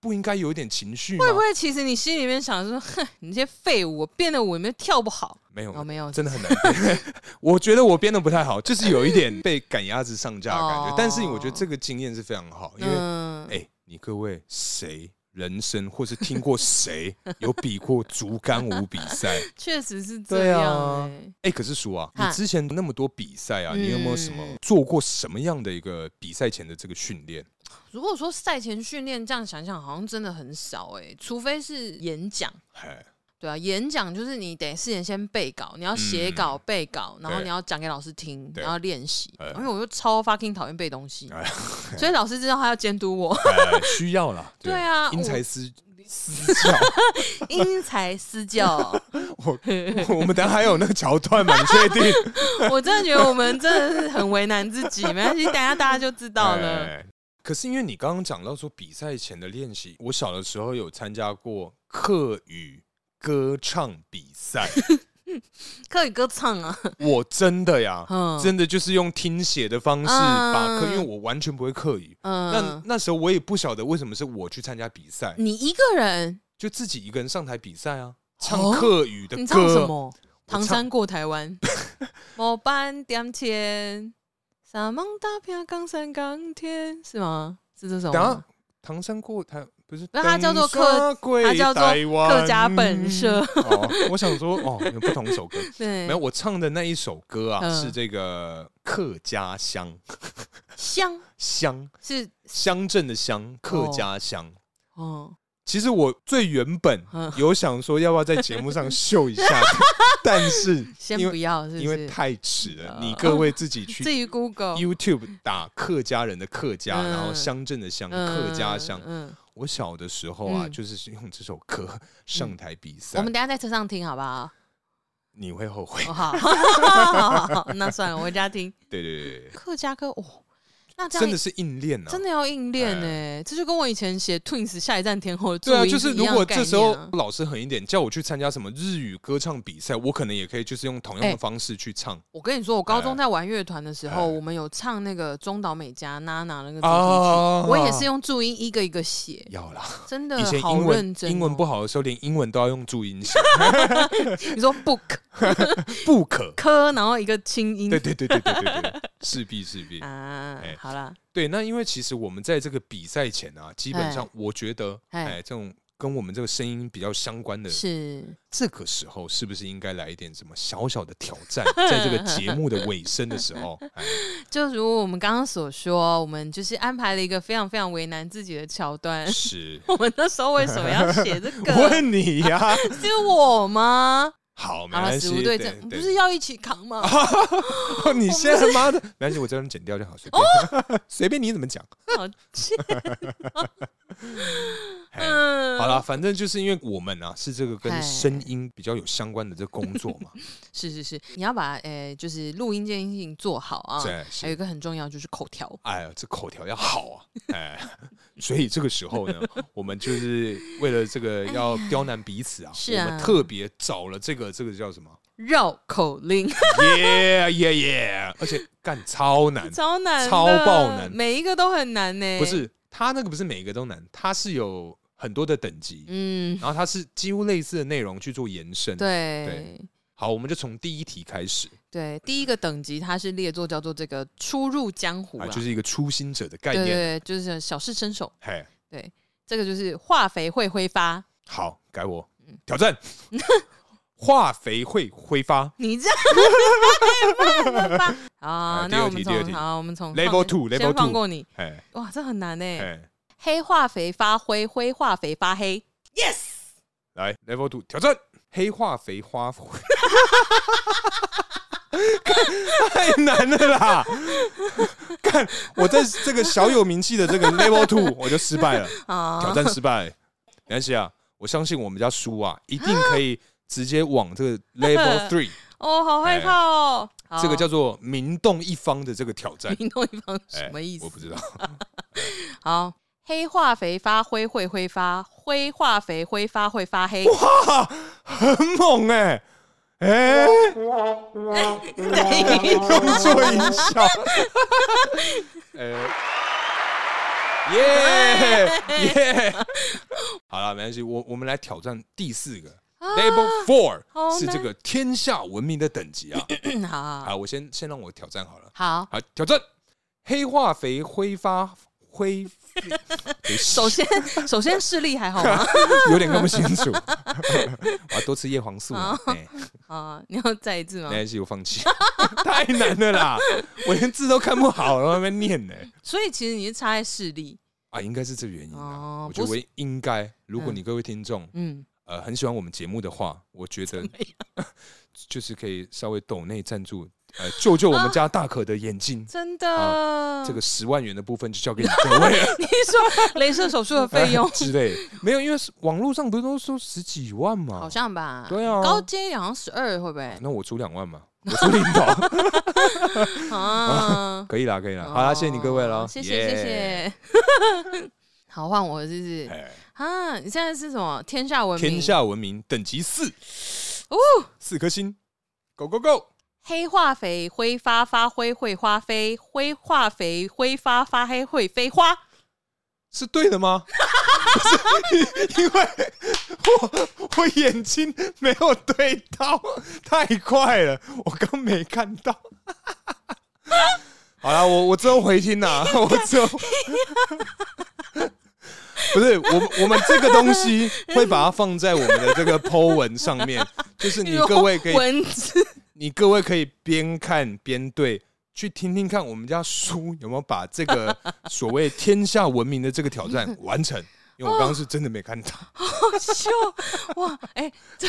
Speaker 2: 不应该有一点情绪吗
Speaker 3: 会？不会其实你心里面想说，哼，你这些废物，我变得我也没有跳不好，
Speaker 2: 没有
Speaker 3: 哦，，没有，
Speaker 2: 真的很难编。 我觉得我编的不太好，就是有一点被赶鸭子上架的感觉
Speaker 3: 哦。
Speaker 2: 但是我觉得这个经验是非常好，因为
Speaker 3: 嗯，
Speaker 2: 哎，你各位谁人生或是听过谁有比过竹竿舞比赛？
Speaker 3: 确实是这
Speaker 2: 对啊
Speaker 3: 样、欸。
Speaker 2: 哎，可是叔啊，你
Speaker 3: 哈
Speaker 2: 之前那么多比赛啊，你有没有什么
Speaker 3: 嗯
Speaker 2: 做过什么样的一个比赛前的这个训练？
Speaker 3: 如果说赛前训练，这样想想好像真的很少哎、除非是演讲。
Speaker 2: 哎，
Speaker 3: 对啊，演讲就是你得事先先背稿，你要写稿、背稿，然后
Speaker 2: 嗯对
Speaker 3: 你要讲给老师听，
Speaker 2: 对
Speaker 3: 然后练习。
Speaker 2: 哎
Speaker 3: 因为我就超 fucking 讨厌背东西
Speaker 2: 哎，
Speaker 3: 所以老师知道他要监 督我，
Speaker 2: 呃，需要啦。
Speaker 3: 对啊
Speaker 2: 因
Speaker 3: 我
Speaker 2: 材 施施教。
Speaker 3: 因材施教。
Speaker 2: 我我们等下还有那个桥段嘛？你确定？
Speaker 3: 我真的觉得我们真的是很为难自己，没关系，等一下大家就知道了。
Speaker 2: 哎。可是因为你刚刚讲到说比赛前的练习，我小的时候有参加过客语歌唱比 赛，
Speaker 3: 课语歌唱啊，
Speaker 2: 我真的呀，
Speaker 3: 嗯
Speaker 2: 真的就是用听写的方式
Speaker 3: 嗯
Speaker 2: 把客，因为我完全不会客语。那
Speaker 3: 嗯，
Speaker 2: 那时候我也不晓得为什么是我去参加比赛，
Speaker 3: 你一个人，
Speaker 2: 就自己一个人上台比赛啊，唱
Speaker 3: 哦
Speaker 2: 客语的
Speaker 3: 你唱什
Speaker 2: 歌。
Speaker 3: 么？
Speaker 2: 唱
Speaker 3: 唐山过台湾，某班点天，撒芒大片冈山冈天，是吗？是这首
Speaker 2: 等下
Speaker 3: 吗？
Speaker 2: 唐山过台不是？
Speaker 3: 那它叫做客它叫做客家本色。
Speaker 2: 哦，我想说哦，有不同首歌。
Speaker 3: 对，
Speaker 2: 没有，我唱的那一首歌啊，
Speaker 3: 嗯
Speaker 2: 是这个客家乡
Speaker 3: 香
Speaker 2: 乡
Speaker 3: 是
Speaker 2: 乡镇的乡，客家乡。
Speaker 3: 哦，
Speaker 2: 其实我最原本
Speaker 3: 嗯
Speaker 2: 有想说要不要在节目上秀一 下，但是
Speaker 3: 先
Speaker 2: 因
Speaker 3: 不
Speaker 2: 为
Speaker 3: 要，是不是？
Speaker 2: 因为太迟了，
Speaker 3: 哦
Speaker 2: 你各位自己 去
Speaker 3: 至于 Google
Speaker 2: YouTube 打客家人的客家，
Speaker 3: 嗯
Speaker 2: 然后乡镇的乡，客家乡。
Speaker 3: 嗯，嗯
Speaker 2: 我小的时候啊，
Speaker 3: 嗯
Speaker 2: 就是用这首歌上台比赛，
Speaker 3: 我们等一下在车上听好不好？
Speaker 2: 你会后悔。
Speaker 3: 哦好好，好好那算了，我回家听
Speaker 2: 对对对对
Speaker 3: 客家歌。哦，那这
Speaker 2: 对，
Speaker 3: 样
Speaker 2: 真的是硬练啊，
Speaker 3: 真的要硬练呢，这就跟我以前写 Twins 下一站天后的注
Speaker 2: 对啊，
Speaker 3: 音
Speaker 2: 就是
Speaker 3: 一
Speaker 2: 如
Speaker 3: 样
Speaker 2: 果
Speaker 3: 概
Speaker 2: 这时
Speaker 3: 念
Speaker 2: 候
Speaker 3: 啊
Speaker 2: 老师狠一点，叫我去参加什么日语歌唱比赛，我可能也可以就是用同样
Speaker 3: 哎
Speaker 2: 的方式去唱。
Speaker 3: 我跟你说，我高中
Speaker 2: 哎
Speaker 3: 在玩乐团的时候，
Speaker 2: 哎
Speaker 3: 我们有唱那个中岛美嘉娜娜那个主题曲，
Speaker 2: 啊
Speaker 3: 我也是用注音一个一个写，
Speaker 2: 要啦，
Speaker 3: 真的
Speaker 2: 以前
Speaker 3: 好
Speaker 2: 英
Speaker 3: 认
Speaker 2: 文
Speaker 3: 真哦。
Speaker 2: 英文不好的时候，连英文都要用注音写，
Speaker 3: 你说 book
Speaker 2: 不可。
Speaker 3: 科，然后一个清音
Speaker 2: 对对对对对对对，势必势必。
Speaker 3: 啊
Speaker 2: 哎，
Speaker 3: 好啦，
Speaker 2: 对，那因为其实我们在这个比赛前啊，基本上我觉得，
Speaker 3: 哎
Speaker 2: 哎，这种跟我们这个声音比较相关的，
Speaker 3: 是
Speaker 2: 这个时候是不是应该来一点什么小小的挑 战？在这个节目的尾声的时候，哎，
Speaker 3: 就如我们刚刚所说，我们就是安排了一个非常非常为难自己的桥段。
Speaker 2: 是
Speaker 3: 我们那时候为什么要写这 个？
Speaker 2: 问你 呀、
Speaker 3: 是我吗？
Speaker 2: 好，没
Speaker 3: 好了，
Speaker 2: 关
Speaker 3: 死
Speaker 2: 系，
Speaker 3: 无
Speaker 2: 对
Speaker 3: 对
Speaker 2: 对
Speaker 3: 证，不是要一起扛 吗？
Speaker 2: 哦你现在妈的，没关系，我这边剪掉就好，随
Speaker 3: 哦
Speaker 2: 便， 随便你怎么讲。
Speaker 3: 好贱哦
Speaker 2: 嘿
Speaker 3: 嗯，
Speaker 2: 好了，，反正就是因为我们啊是这个
Speaker 3: 哎
Speaker 2: 跟声音比较有相关的这工作 嘛，
Speaker 3: 是是是，你要把呃，就是录音这件事情做好啊。
Speaker 2: 对，
Speaker 3: 还有
Speaker 2: 是
Speaker 3: 一个很重要就是口条，
Speaker 2: 哎呀，这口条要好啊，哎，所以这个时候 呢，我们就是为了这个要刁难彼此啊，
Speaker 3: 哎是啊
Speaker 2: 我们特别找了这个这个叫什么，
Speaker 3: 绕口令
Speaker 2: 嗯耶耶耶，而且干超 难，
Speaker 3: 超难的，
Speaker 2: 超爆难
Speaker 3: 每一个都很难呢。
Speaker 2: 不，是他那个不是每个都难，他是有很多的等级，
Speaker 3: 嗯，
Speaker 2: 然后它是几乎类似的内容去做延伸。，
Speaker 3: 对
Speaker 2: 对好，我们就从第一题开始，
Speaker 3: 对，第一个等级它是列作叫做这个初入江湖
Speaker 2: 啊，
Speaker 3: 啦，
Speaker 2: 就是一个初心者的概
Speaker 3: 对对
Speaker 2: 念。
Speaker 3: 对，就是小试身手。
Speaker 2: 嘿，
Speaker 3: 这个就是化肥会挥发，
Speaker 2: 好，改我
Speaker 3: 嗯
Speaker 2: 挑 战，化肥会挥发
Speaker 3: 你这样太慢了吧？啊，
Speaker 2: 第
Speaker 3: 那
Speaker 2: 二
Speaker 3: 我们
Speaker 2: 题第二
Speaker 3: 从
Speaker 2: 题
Speaker 3: 好，我们从
Speaker 2: Level
Speaker 3: 放
Speaker 2: two, level
Speaker 3: 先放
Speaker 2: two
Speaker 3: 过你。
Speaker 2: 嘿。
Speaker 3: 哇，这很难呢。
Speaker 2: 嘿，
Speaker 3: 黑化肥发灰，灰化肥发黑。Yes，
Speaker 2: 来 level two 挑战黑化肥花灰， 太难了啦！ 看我在这个小有名气的这个 level two 我就失败了。
Speaker 3: 啊
Speaker 2: 挑战失败，没关系啊，我相信我们家叔啊，一定可以直接往这个 level three，
Speaker 3: 哦，好害怕哦。好
Speaker 2: 哎这个叫做名动一方的这个挑战。
Speaker 3: 运动一方
Speaker 2: 哎
Speaker 3: 什么意思？
Speaker 2: 我不知道。
Speaker 3: 好，黑化肥发灰会挥发，灰化肥挥发会发黑。
Speaker 2: 哇，很猛哎、哎、用错音效，哎耶耶！好了，没关系，我我们来挑战第四个、level four，、
Speaker 3: 好难
Speaker 2: 是这个天下闻名的等级啊！
Speaker 3: 嗯好好 好
Speaker 2: 好，我先先让我挑战好了。
Speaker 3: 好，
Speaker 2: 好，挑战黑化肥挥发挥，
Speaker 3: 首先首先视力还 好吗？
Speaker 2: 有点看不清楚，我要多吃叶黄素啊。哎
Speaker 3: 啊，你要再一次吗
Speaker 2: 没？关系，我放弃， 太难了啦，我连字都看不好，然后在那边念呢。
Speaker 3: 所以其实你是差在视力。
Speaker 2: 啊，应该是这个原因啊
Speaker 3: 哦。
Speaker 2: 我觉得
Speaker 3: 不
Speaker 2: 我应该，如果
Speaker 3: 嗯
Speaker 2: 你各位听众
Speaker 3: 嗯，
Speaker 2: 呃很喜欢我们节目的话，我觉得 就是可以稍微抖内赞助，呃，救救
Speaker 3: 啊
Speaker 2: 我们家大可的眼睛。
Speaker 3: 真的。
Speaker 2: 这个十万元的部分就交给你各位了。，
Speaker 3: 你说镭射手术的 费用
Speaker 2: 之类，没有，因为是网络上不是都说十几万嘛？
Speaker 3: 好像吧？
Speaker 2: 对啊
Speaker 3: 高阶好像十二会 不会？
Speaker 2: 那我出两万嘛，我出领导， 哦
Speaker 3: 啊，
Speaker 2: 可以啦，可以啦。好啦，谢谢你各位
Speaker 3: 了，
Speaker 2: 了，
Speaker 3: 哦谢谢谢
Speaker 2: 耶。
Speaker 3: 谢。 好，换我就是
Speaker 2: 哎
Speaker 3: 啊，你现在是什么？天下闻名，
Speaker 2: 天下文明等级四，
Speaker 3: 哦，
Speaker 2: 四颗星，Go Go Go！
Speaker 3: 黑化肥挥发发灰会花飞，灰化肥挥发发黑会飞花。
Speaker 2: 是对的吗？不是，因为我我眼睛没有对到，太快了，我刚没看到。 好啦，我我之后回听啦，我之后不是我们我们这个东西会把它放在我们的这个 Po 文上面，就是你各位可以
Speaker 3: 文字
Speaker 2: 你各位可以边看边对，去听听看我们家书有没有把这 个所谓天下文明的这个挑战完成。因为我刚刚是真的没看到，
Speaker 3: 好笑哇！哎、这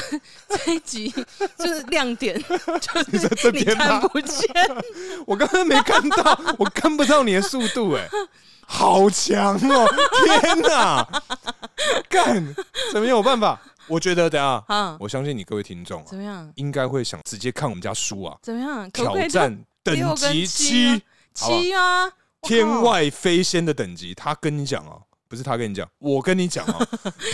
Speaker 3: 这一集就是 亮点，就是
Speaker 2: 你在这
Speaker 3: 你
Speaker 2: 边
Speaker 3: 看
Speaker 2: 吗
Speaker 3: 不见，
Speaker 2: 我刚刚没看到，我跟不到你的速度、 哎，好强哦！天哪，干，怎么有办法？我觉得等一下，
Speaker 3: 啊
Speaker 2: 我相信你各位听众啊
Speaker 3: 怎，么样？
Speaker 2: 应该会想直接看我们家书啊，
Speaker 3: 怎么样？可不
Speaker 2: 挑
Speaker 3: 可以就
Speaker 2: 战等
Speaker 3: 六跟
Speaker 2: 级
Speaker 3: 七
Speaker 2: 七
Speaker 3: 啊，七啊？我靠
Speaker 2: 天外飞仙的等级，他跟你讲哦，不是他跟你讲，我跟你讲 哦，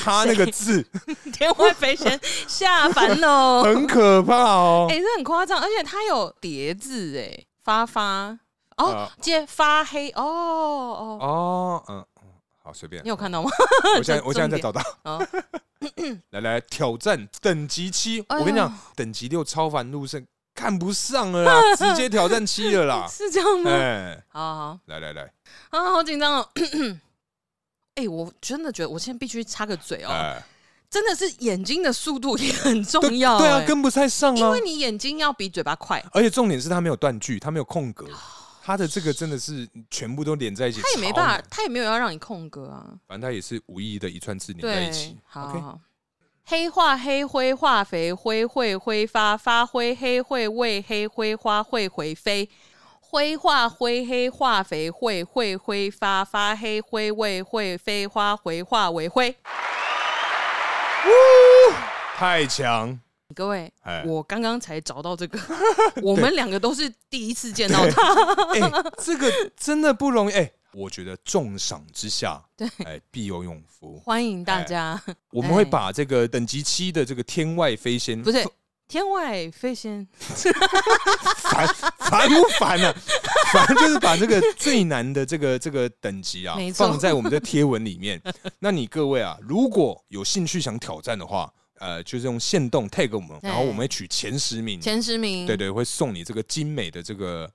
Speaker 2: 他那个字
Speaker 3: 天外飞仙下凡喽！
Speaker 2: 很可怕哦
Speaker 3: 哎、。这很夸张，而且它有叠字哎，发发哦，
Speaker 2: 啊
Speaker 3: 接发黑哦哦，
Speaker 2: 哦，嗯，嗯好，随便
Speaker 3: 你。有看到吗？
Speaker 2: 我现在
Speaker 3: 这
Speaker 2: 我现在在找到
Speaker 3: 哦。
Speaker 2: 来来挑战等级七，
Speaker 3: 哎呦。
Speaker 2: 我跟你讲，等级六超凡入圣看不上了啦，直接挑战七了啦
Speaker 3: 是这样吗？
Speaker 2: 啊哎，
Speaker 3: 好好
Speaker 2: 来来来，
Speaker 3: 好啊，好紧张哦。 哎、我真的觉得我现在必须插个嘴哦，
Speaker 2: 哎，
Speaker 3: 真的是眼睛的速度也很重
Speaker 2: 对
Speaker 3: 要、
Speaker 2: 对啊，
Speaker 3: 哎
Speaker 2: 跟不太上
Speaker 3: 因
Speaker 2: 啊
Speaker 3: 为。你眼睛要比嘴巴快，
Speaker 2: 而且重点是他没有断句，他没有空格，他的这个真的是全部都连在一起。
Speaker 3: 哦他也没办
Speaker 2: 超
Speaker 3: 法，他也没有要让你空格啊。
Speaker 2: 反正它也是无意义的一串字连在
Speaker 3: 对
Speaker 2: 一起，。
Speaker 3: 好
Speaker 2: OK
Speaker 3: 好黑化黑灰化肥灰会挥发发灰黑会为黑灰花会回飞。灰化灰黑化肥会会挥发发黑灰味会飞花回化为灰。
Speaker 2: 太强，
Speaker 3: 各位
Speaker 2: 哎，
Speaker 3: 我刚刚才找 到这个，我们两个都是第一次见到它。
Speaker 2: 哎、这个真的不容易，哎、我觉得重赏之下，对，哎，必有勇夫。
Speaker 3: 欢迎
Speaker 2: 哎
Speaker 3: 大家，
Speaker 2: 我们会把这个等级七的这个天外飞仙，
Speaker 3: 不是天外飞仙，
Speaker 2: 嗯 烦烦不烦啊？反正就是把这个最难的这个这个等级啊
Speaker 3: 没，错
Speaker 2: 放在我们的贴文里 面。那你各位啊，如果有兴趣想挑战的话，呃，就是用线动 tag 我们，
Speaker 3: 对
Speaker 2: 然后我们会取前十名，
Speaker 3: 前十名，
Speaker 2: 对，对，会送你这个精美的这个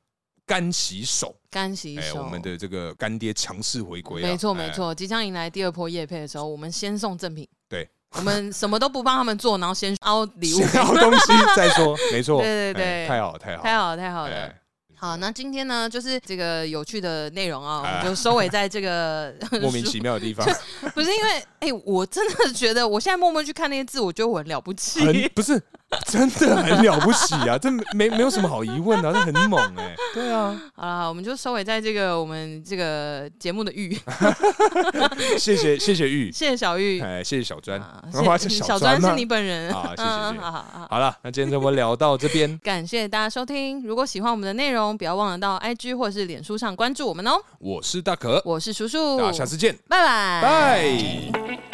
Speaker 2: 干洗手。
Speaker 3: 干洗
Speaker 2: 哎、
Speaker 3: 手，
Speaker 2: 我们的这个干爹强势回归、啊，
Speaker 3: 没错
Speaker 2: 哎
Speaker 3: 没，错，即将迎来第二波夜配的时候，我们先送赠品。
Speaker 2: 对，
Speaker 3: 我们什么都不帮他们做，然后先凹 礼物
Speaker 2: 先。要东西再说，没错，
Speaker 3: 对对对
Speaker 2: 哎太好了太好了
Speaker 3: 太好了太好
Speaker 2: 哎
Speaker 3: 了。好，那今天呢，就是这个有趣的内容啊，我
Speaker 2: 哎
Speaker 3: 们就收尾在这个
Speaker 2: 莫名其妙的地方，
Speaker 3: 不是因为，哎，我真的觉得我现在默默去看那些字，我觉得我很了不起。
Speaker 2: 很不是真的很了不起啊，这没没有什么好疑问的、啊，这很猛哎、 对啊，
Speaker 3: 好了，我们就收尾在这个我们这个节目的玉，
Speaker 2: 谢谢谢谢玉，
Speaker 3: 谢谢小玉，
Speaker 2: 哎，谢谢小专
Speaker 3: 啊，
Speaker 2: 我要叫
Speaker 3: 谢谢
Speaker 2: 小
Speaker 3: 小专
Speaker 2: 吗
Speaker 3: 是你本人
Speaker 2: 啊谢谢
Speaker 3: 嗯
Speaker 2: 谢谢
Speaker 3: 好好好。，
Speaker 2: 好了，那今天我们聊到这边
Speaker 3: 感谢大家收听，如果喜欢我们的内容，不要忘了到 IG 或是脸书上关注我们哦。
Speaker 2: 我是大可，
Speaker 3: 我是叔叔，
Speaker 2: 大家下次见，
Speaker 3: 拜拜，
Speaker 2: 拜。